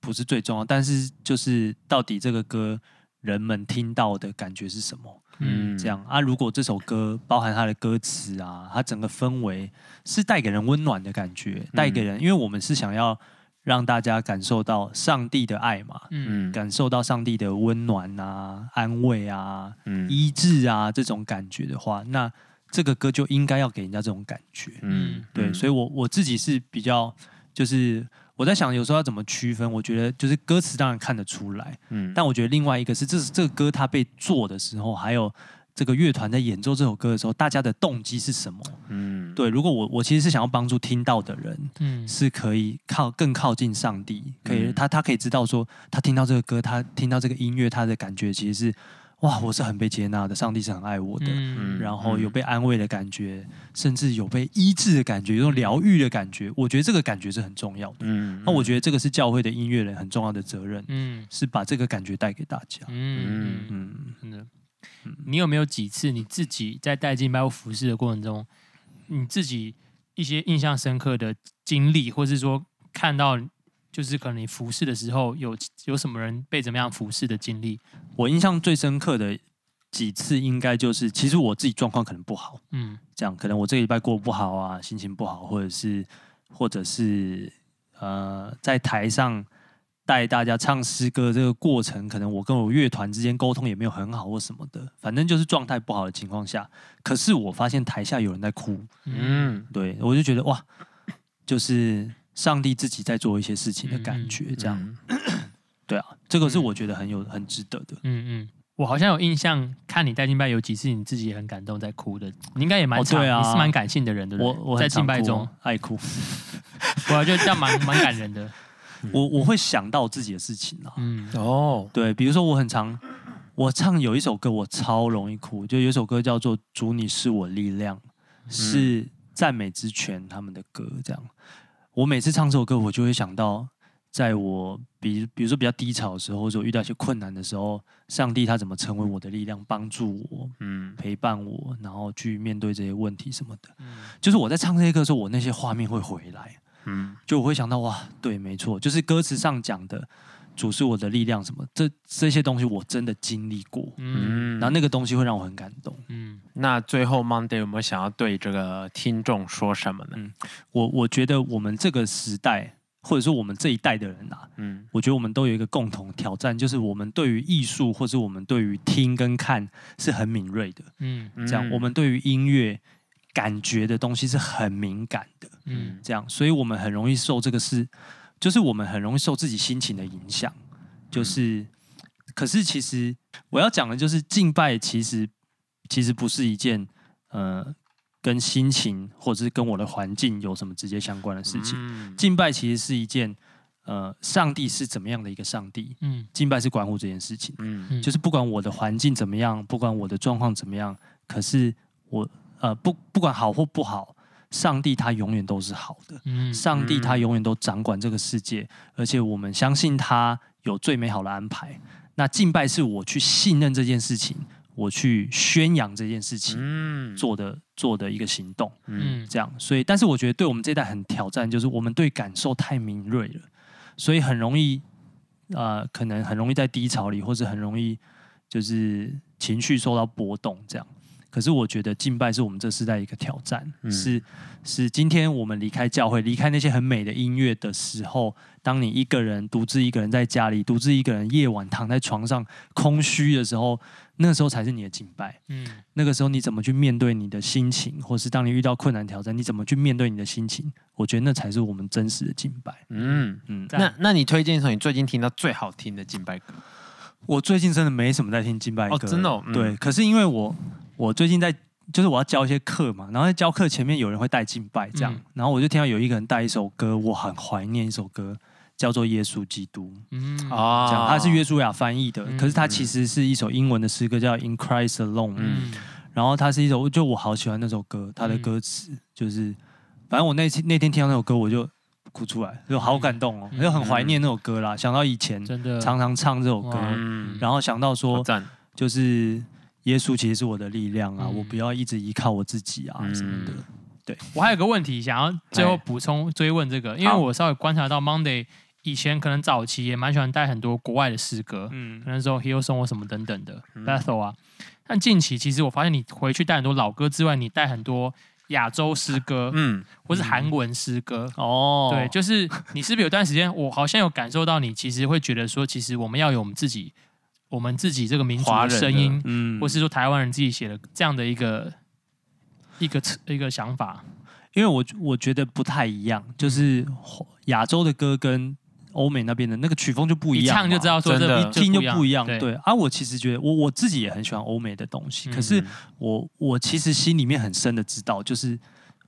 Speaker 1: 不是最重要，但是就是到底这个歌人们听到的感觉是什么？
Speaker 2: 嗯，
Speaker 1: 这样啊，如果这首歌包含它的歌词啊，它整个氛围是带给人温暖的感觉，带给人，因为我们是想要让大家感受到上帝的爱嘛，
Speaker 2: 嗯
Speaker 3: 嗯，嗯
Speaker 1: 感受到上帝的温暖啊、安慰啊，
Speaker 3: 嗯
Speaker 1: 医治啊这种感觉的话，那这个歌就应该要给人家这种感觉。
Speaker 3: 嗯，
Speaker 1: 对，所以我我自己是比较，就是我在想有时候要怎么区分。我觉得就是歌词当然看得出来，
Speaker 3: 嗯，
Speaker 1: 但我觉得另外一个是这这个歌它被做的时候，还有这个乐团在演奏这首歌的时候，大家的动机是什么？
Speaker 3: 嗯，
Speaker 1: 对，如果我我其实是想要帮助听到的人。
Speaker 2: 嗯
Speaker 1: 是可以靠更靠近上帝，可以、
Speaker 3: 嗯
Speaker 1: 他他可以知道说，他听到这个歌，他听到这个音乐，他的感觉其实是哇，我是很被接纳的，上帝是很爱我的，
Speaker 2: 嗯
Speaker 1: 然后有
Speaker 3: 嗯
Speaker 1: 被安慰的感觉，甚至有被医治的感觉，有种疗愈的感觉。我觉得这个感觉是很重要的。
Speaker 3: 嗯，
Speaker 1: 那我觉得这个是教会的音乐人很重要的责任，
Speaker 2: 嗯
Speaker 1: 是把这个感觉带给大家。
Speaker 2: 嗯嗯，
Speaker 1: 嗯，
Speaker 2: 真的。你有没有几次你自己在带进拜或服侍的过程中，你自己一些印象深刻的经历，或是说看到就是可能你服侍的时候有有什么人被怎么样服侍的经历？
Speaker 1: 我印象最深刻的几次，应该就是其实我自己状况可能不好，
Speaker 2: 嗯
Speaker 1: 这样可能我这个礼拜过得不好啊，心情不好，或者是或者是呃，在台上带大家唱诗歌这个过程，可能我跟我乐团之间沟通也没有很好或什么的，反正就是状态不好的情况下，可是我发现台下有人在哭，
Speaker 2: 嗯
Speaker 3: 嗯
Speaker 1: 对我就觉得哇，就是上帝自己在做一些事情的
Speaker 2: 嗯
Speaker 1: 感觉，这样、，对啊，这个是我觉得很有很值得的。
Speaker 2: 嗯嗯。我好像有印象，看你带敬拜有几次你自己也很感动，在哭的，你应该也蛮
Speaker 1: 哦
Speaker 2: 常、
Speaker 1: 对啊
Speaker 2: 你是蛮感性的人，对不
Speaker 1: 我
Speaker 2: 对？
Speaker 1: 我很
Speaker 2: 在
Speaker 1: 常
Speaker 2: 敬拜
Speaker 1: 哭啊
Speaker 2: 中，
Speaker 1: 爱 哭，
Speaker 2: 我觉得这样蛮蛮感人的。
Speaker 1: 我我会想到自己的事情啊，
Speaker 2: 嗯
Speaker 3: 哦，
Speaker 1: 对，比如说我很常，我唱有一首歌我超容易哭，就有一首歌叫做《主你是我力量》，是赞美之泉他们的歌，这样。我每次唱这首歌，我就会想到，在我比比如说比较低潮的时候，或者我遇到一些困难的时候，上帝他怎么成为我的力量，帮助我，
Speaker 3: 嗯
Speaker 1: 陪伴我，然后去面对这些问题什么的。
Speaker 2: 嗯
Speaker 1: 就是我在唱这些歌的时候，我那些画面会回来。
Speaker 3: 嗯
Speaker 1: 就我会想到哇，对，没错，就是歌词上讲的“主是我的力量”什么，这这些东西我真的经历过，
Speaker 2: 嗯
Speaker 3: 嗯，
Speaker 1: 然后那个东西会让我很感动。
Speaker 2: 嗯
Speaker 3: 那最后 Monday 有没有想要对这个听众说什么呢？
Speaker 1: 我我觉得我们这个时代，或者说我们这一代的人啊，
Speaker 3: 嗯
Speaker 1: 我觉得我们都有一个共同挑战，就是我们对于艺术，或者我们对于听跟看是很敏锐的。
Speaker 2: 嗯
Speaker 1: 这样，我们对于音乐感觉的东西是很敏感的。
Speaker 2: 嗯
Speaker 1: 这样，所以我们很容易受这个事，就是我们很容易受自己心情的影响。
Speaker 3: 嗯
Speaker 1: 就是，可是其实我要讲的就是敬拜，其实其实不是一件呃跟心情或者是跟我的环境有什么直接相关的事情。
Speaker 3: 嗯
Speaker 1: 敬拜其实是一件呃，上帝是怎么样的一个上帝，
Speaker 2: 嗯
Speaker 1: 敬拜是关乎这件事情。
Speaker 3: 嗯
Speaker 2: 嗯，
Speaker 1: 就是不管我的环境怎么样，不管我的状况怎么样，可是我呃不不管好或不好，上帝他永远都是好的，
Speaker 2: 嗯
Speaker 1: 上帝他
Speaker 3: 嗯
Speaker 1: 永远都掌管这个世界，而且我们相信他有最美好的安排。那敬拜是我去信任这件事情，我去宣扬这件事情
Speaker 3: 嗯
Speaker 1: 做的做的一个行动，
Speaker 3: 嗯
Speaker 2: 嗯
Speaker 1: 这样。所以，但是我觉得对我们这一代很挑战，就是我们对感受太敏锐了，所以很容易呃，可能很容易在低潮里，或者很容易就是情绪受到波动这样。可是我觉得敬拜是我们这时代一个挑战，
Speaker 3: 嗯
Speaker 1: 是是今天我们离开教会，离开那些很美的音乐的时候，当你一个人独自一个人在家里，独自一个人夜晚躺在床上空虚的时候，那时候才是你的敬拜。
Speaker 2: 嗯
Speaker 1: 那个时候你怎么去面对你的心情，或是当你遇到困难挑战，你怎么去面对你的心情？我觉得那才是我们真实的敬拜。
Speaker 3: 嗯。
Speaker 1: 嗯，
Speaker 2: 赞
Speaker 3: 那那你推荐一首你最近听到最好听的敬拜歌？
Speaker 1: 我最近真的没什么在听敬拜歌，
Speaker 3: 哦真的哦嗯
Speaker 1: 对，可是因为我我最近在就是我要教一些课嘛，然后在教课前面有人会带敬拜这样，
Speaker 2: 嗯
Speaker 1: 然后我就听到有一个人带一首歌，我很怀念一首歌，叫做《耶稣基督》。
Speaker 2: 嗯
Speaker 3: 啊
Speaker 1: 这样，它是约书亚翻译的，
Speaker 2: 嗯
Speaker 1: 可是它其实是一首英文的诗歌，叫《In Christ Alone》。
Speaker 2: 嗯
Speaker 1: 然后它是一首，就我好喜欢那首歌，它的歌词、就是，反正我那天那天听到那首歌，我就哭出来，就好感动哦，
Speaker 2: 嗯
Speaker 1: 就很怀念那首歌啦，想到以前
Speaker 2: 真的
Speaker 1: 常常唱这首歌，
Speaker 2: 哇
Speaker 3: 嗯，啊
Speaker 1: 然后想到说
Speaker 3: 好，赞，
Speaker 1: 就是耶稣其实是我的力量啊，
Speaker 2: 嗯
Speaker 1: 我不要一直依靠我自己啊、
Speaker 3: 嗯
Speaker 1: 什么的，
Speaker 2: 我还有个问题想要最后
Speaker 3: 哎
Speaker 2: 补充追问这个，因为
Speaker 3: 好
Speaker 2: 我稍微观察到 Monday 以前可能早期也蛮喜欢带很多国外的诗歌，
Speaker 1: 嗯
Speaker 2: 可，能时候 Hill Song 或什么等等的、
Speaker 3: 嗯
Speaker 2: Bethel 啊。但近期其实我发现你回去带很多老歌之外，你带很多亚洲诗歌、
Speaker 3: 嗯，
Speaker 2: 或是韩文诗歌。
Speaker 1: 哦，
Speaker 2: 对，就是你是不是有段时间，我好像有感受到你其实会觉得说，其实我们要有我们自己，我们自己这个民族
Speaker 3: 华
Speaker 2: 的
Speaker 3: 人的
Speaker 2: 声音，
Speaker 1: 嗯
Speaker 2: 或是说台湾人自己写的这样的一个一个一个想法。
Speaker 1: 因为我我觉得不太一样，就是
Speaker 2: 嗯
Speaker 1: 亚洲的歌跟欧美那边的那个曲风就不一样嘛，
Speaker 2: 唱就知道说
Speaker 3: 真
Speaker 2: 这
Speaker 3: 的
Speaker 1: 一听就不一样。
Speaker 2: 对，
Speaker 1: 对啊，我其实觉得我我自己也很喜欢欧美的东西，
Speaker 2: 嗯
Speaker 1: 可是我我其实心里面很深的知道，就是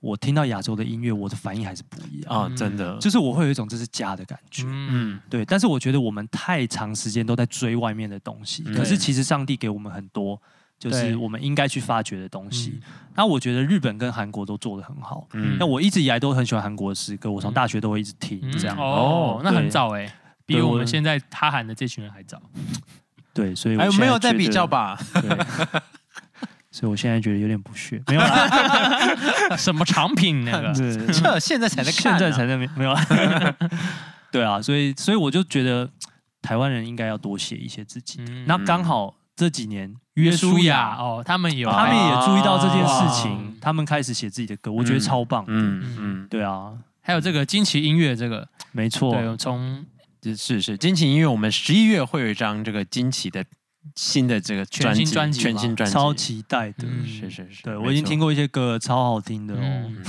Speaker 1: 我听到亚洲的音乐，我的反应还是不一样，
Speaker 3: 啊，
Speaker 2: 嗯
Speaker 3: 真的，
Speaker 1: 就是我会有一种这是家的感觉。
Speaker 2: 嗯
Speaker 3: 嗯
Speaker 1: 对，但是我觉得我们太长时间都在追外面的东西，
Speaker 3: 嗯
Speaker 1: 可是其实上帝给我们很多，就是
Speaker 2: 对
Speaker 1: 我们应该去发掘的东西
Speaker 2: 嗯。
Speaker 1: 那我觉得日本跟韩国都做得很好。
Speaker 3: 嗯
Speaker 1: 那我一直以来都很喜欢韩国的诗歌，我从大学都会一直听
Speaker 2: 嗯，
Speaker 1: 这样。
Speaker 2: 哦
Speaker 3: 哦，
Speaker 2: 那很
Speaker 1: 对
Speaker 2: 早哎，比
Speaker 1: 对
Speaker 2: 我
Speaker 1: 我
Speaker 2: 们现在他喊的这群人还 早。
Speaker 1: 对，所以我
Speaker 3: 哎，
Speaker 1: 现
Speaker 3: 没有
Speaker 1: 在
Speaker 3: 在比
Speaker 1: 觉得
Speaker 3: 较吧？
Speaker 1: 对，所以我现在觉得有点不屑，没有啦，
Speaker 2: 什么产品那个？
Speaker 1: 对
Speaker 3: 这现在才在看
Speaker 1: 嗯现
Speaker 3: 啊，
Speaker 1: 在才在没没有啦， 对啊，所以所以我就觉得台湾人应该要多写一些自己的。
Speaker 2: 嗯
Speaker 1: 那刚好这几年
Speaker 2: 约
Speaker 1: 约
Speaker 2: 书
Speaker 1: 书
Speaker 2: 亚
Speaker 1: 亚，
Speaker 2: 哦，他们有，
Speaker 1: 他们也注意到这件事
Speaker 2: 哇
Speaker 1: 情，他们开始写自己的歌，我觉得超棒。
Speaker 3: 啊嗯嗯，
Speaker 1: 对啊，
Speaker 2: 还有这个惊奇音乐这个，
Speaker 1: 没错，
Speaker 2: 对，从
Speaker 3: 嗯是是是，惊奇音乐，我们十一月会有一张这个惊奇的新的这个
Speaker 2: 全新专
Speaker 3: 专
Speaker 2: 辑
Speaker 3: 全
Speaker 2: 吗
Speaker 3: 新专辑，
Speaker 1: 超期待的。
Speaker 2: 嗯
Speaker 3: 是是是，
Speaker 1: 对
Speaker 3: 没
Speaker 1: 我已经
Speaker 3: 错
Speaker 1: 听，过一些歌了，超好听的哦。
Speaker 2: 嗯，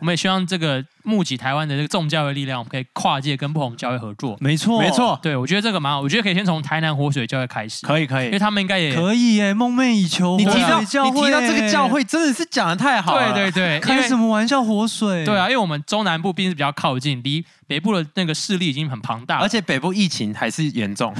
Speaker 2: 我们也希望这个募集台湾的这个众教会力量，我们可以跨界跟不同教会合作。
Speaker 1: 没错，
Speaker 3: 没，错，
Speaker 2: 对，我觉得这个蛮好，我觉得可以先从台南活水教会开始，
Speaker 3: 可以可以
Speaker 2: 因为。他们应该也
Speaker 1: 可以耶，梦寐以求。
Speaker 3: 你提到
Speaker 1: 活水教
Speaker 3: 你提到这个教
Speaker 1: 会。
Speaker 3: 会，真的是讲的太好了，啊
Speaker 2: 对对 对，因
Speaker 1: 开
Speaker 2: 为
Speaker 1: 什么玩笑，活水？
Speaker 2: 对，啊，因为我们中南部毕竟是比较靠近，离北部的那个势力已经很庞大了
Speaker 3: 而，且北部疫情还是严重，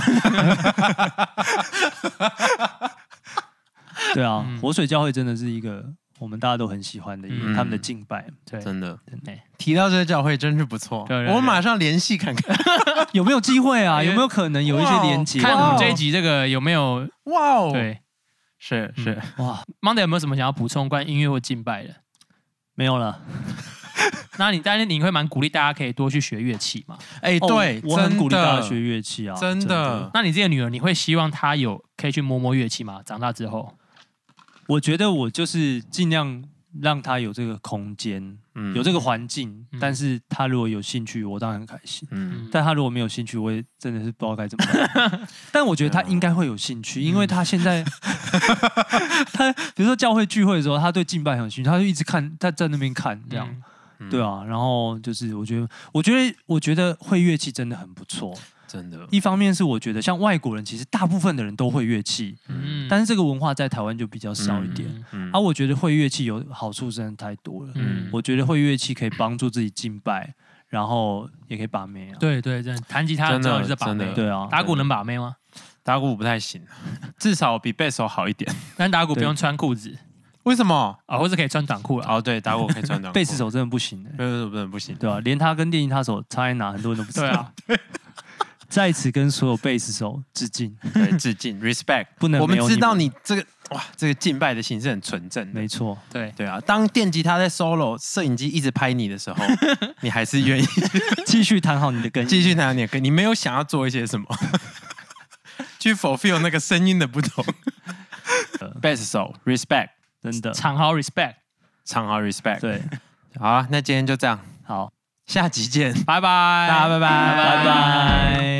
Speaker 1: 对啊
Speaker 2: 嗯，
Speaker 1: 活水教会真的是一个我们大家都很喜欢的一个
Speaker 3: 嗯
Speaker 1: 他们的敬拜，
Speaker 2: 对
Speaker 3: 真的。
Speaker 2: 对
Speaker 3: 提到这个教会真是不错，
Speaker 2: 对对对
Speaker 3: 我马上联系看看。
Speaker 1: 有没有机会啊？
Speaker 2: 因
Speaker 1: 有
Speaker 2: 为
Speaker 1: 没有可能有一些连啊接？
Speaker 2: 看我们这一
Speaker 1: 集
Speaker 2: 集这个有没有
Speaker 3: 哇哦，，
Speaker 2: 对嗯
Speaker 3: 是
Speaker 1: 嗯
Speaker 3: 是，
Speaker 1: 哇，
Speaker 2: Monday 有没有什么想要补充关于音乐或敬拜的？
Speaker 1: 没有了。
Speaker 2: 那你但是你会蛮鼓励大家可以多去学乐器嘛？
Speaker 3: 哎，
Speaker 1: 哦
Speaker 3: 对，
Speaker 1: 我我很
Speaker 3: 真
Speaker 1: 鼓励大家
Speaker 3: 的
Speaker 1: 学乐器啊，
Speaker 3: 真的。
Speaker 2: 那你这个女儿，你会希望她有可以去摸摸乐器吗？长大之后，
Speaker 1: 我觉得我就是尽量让他有这个空间，
Speaker 3: 嗯
Speaker 1: 有这个环境
Speaker 2: 嗯，
Speaker 1: 但是他如果有兴趣，我当然很开心。
Speaker 3: 嗯
Speaker 1: 但他如果没有兴趣，我也真的是不知道该怎么办。 但我觉得
Speaker 2: 啊
Speaker 1: 他应该会有兴趣，
Speaker 2: 嗯
Speaker 1: 因为他现 在他比如说教会聚会的时候，他对敬拜很有兴趣，他就一直看，他在那边看这样。
Speaker 3: 嗯
Speaker 1: 对啊，然后就是我觉得，我觉得，我觉得会乐器真的很不错。
Speaker 3: 真的，
Speaker 1: 一方面是我觉得像外国人，其实大部分的人都会乐器，
Speaker 2: 嗯嗯
Speaker 1: 但是这个文化在台湾就比较少一点。
Speaker 2: 嗯
Speaker 3: 嗯
Speaker 1: 啊，，我觉得会乐器有好处真的太多了。
Speaker 2: 嗯
Speaker 1: 我觉得会乐器可以帮助自己敬拜，然后也可以把妹啊。
Speaker 2: 对对对，弹吉他
Speaker 3: 真
Speaker 2: 的
Speaker 3: 的
Speaker 2: 时候就是把
Speaker 3: 真的
Speaker 2: 妹，
Speaker 1: 对啊，
Speaker 2: 打鼓能把妹吗？
Speaker 3: 打鼓不太行，至少比贝手好一点。
Speaker 2: 但打鼓不
Speaker 1: 对
Speaker 2: 用穿裤子
Speaker 3: 为什么？
Speaker 2: 啊，或是可以穿短裤了。
Speaker 3: 哦，对，打鼓可以 穿短裤。
Speaker 1: 贝斯手真的不行、欸，
Speaker 3: 贝斯手不能不行。
Speaker 1: 对吧、连他跟电吉他手差在哪，很多人都不知道。
Speaker 2: 对啊，
Speaker 1: 在此跟所有贝斯手致敬。
Speaker 3: 对，致敬，respect。
Speaker 1: 不能
Speaker 3: 我们
Speaker 1: 没有
Speaker 3: 知
Speaker 1: 你
Speaker 3: 道
Speaker 1: 们
Speaker 3: 你这个哇，这个敬拜的心是很纯正的。
Speaker 1: 没错，
Speaker 2: 对，
Speaker 3: 对啊，当电吉他在 solo，摄影机一直拍你的时候， 你还是 愿意
Speaker 1: 继续弹好你的根。
Speaker 3: 继续拿你的歌，你没有想要做一些什么， 去 fulfill 那个声音的不 同。贝斯手，respect，
Speaker 1: 真的，
Speaker 2: 场豪 respect，
Speaker 3: 唱好 respect。，
Speaker 1: 对，
Speaker 3: 好啊，那今天就这样，
Speaker 1: 好，
Speaker 3: 下集见。
Speaker 2: 拜拜，
Speaker 3: 大家拜拜
Speaker 1: 拜拜。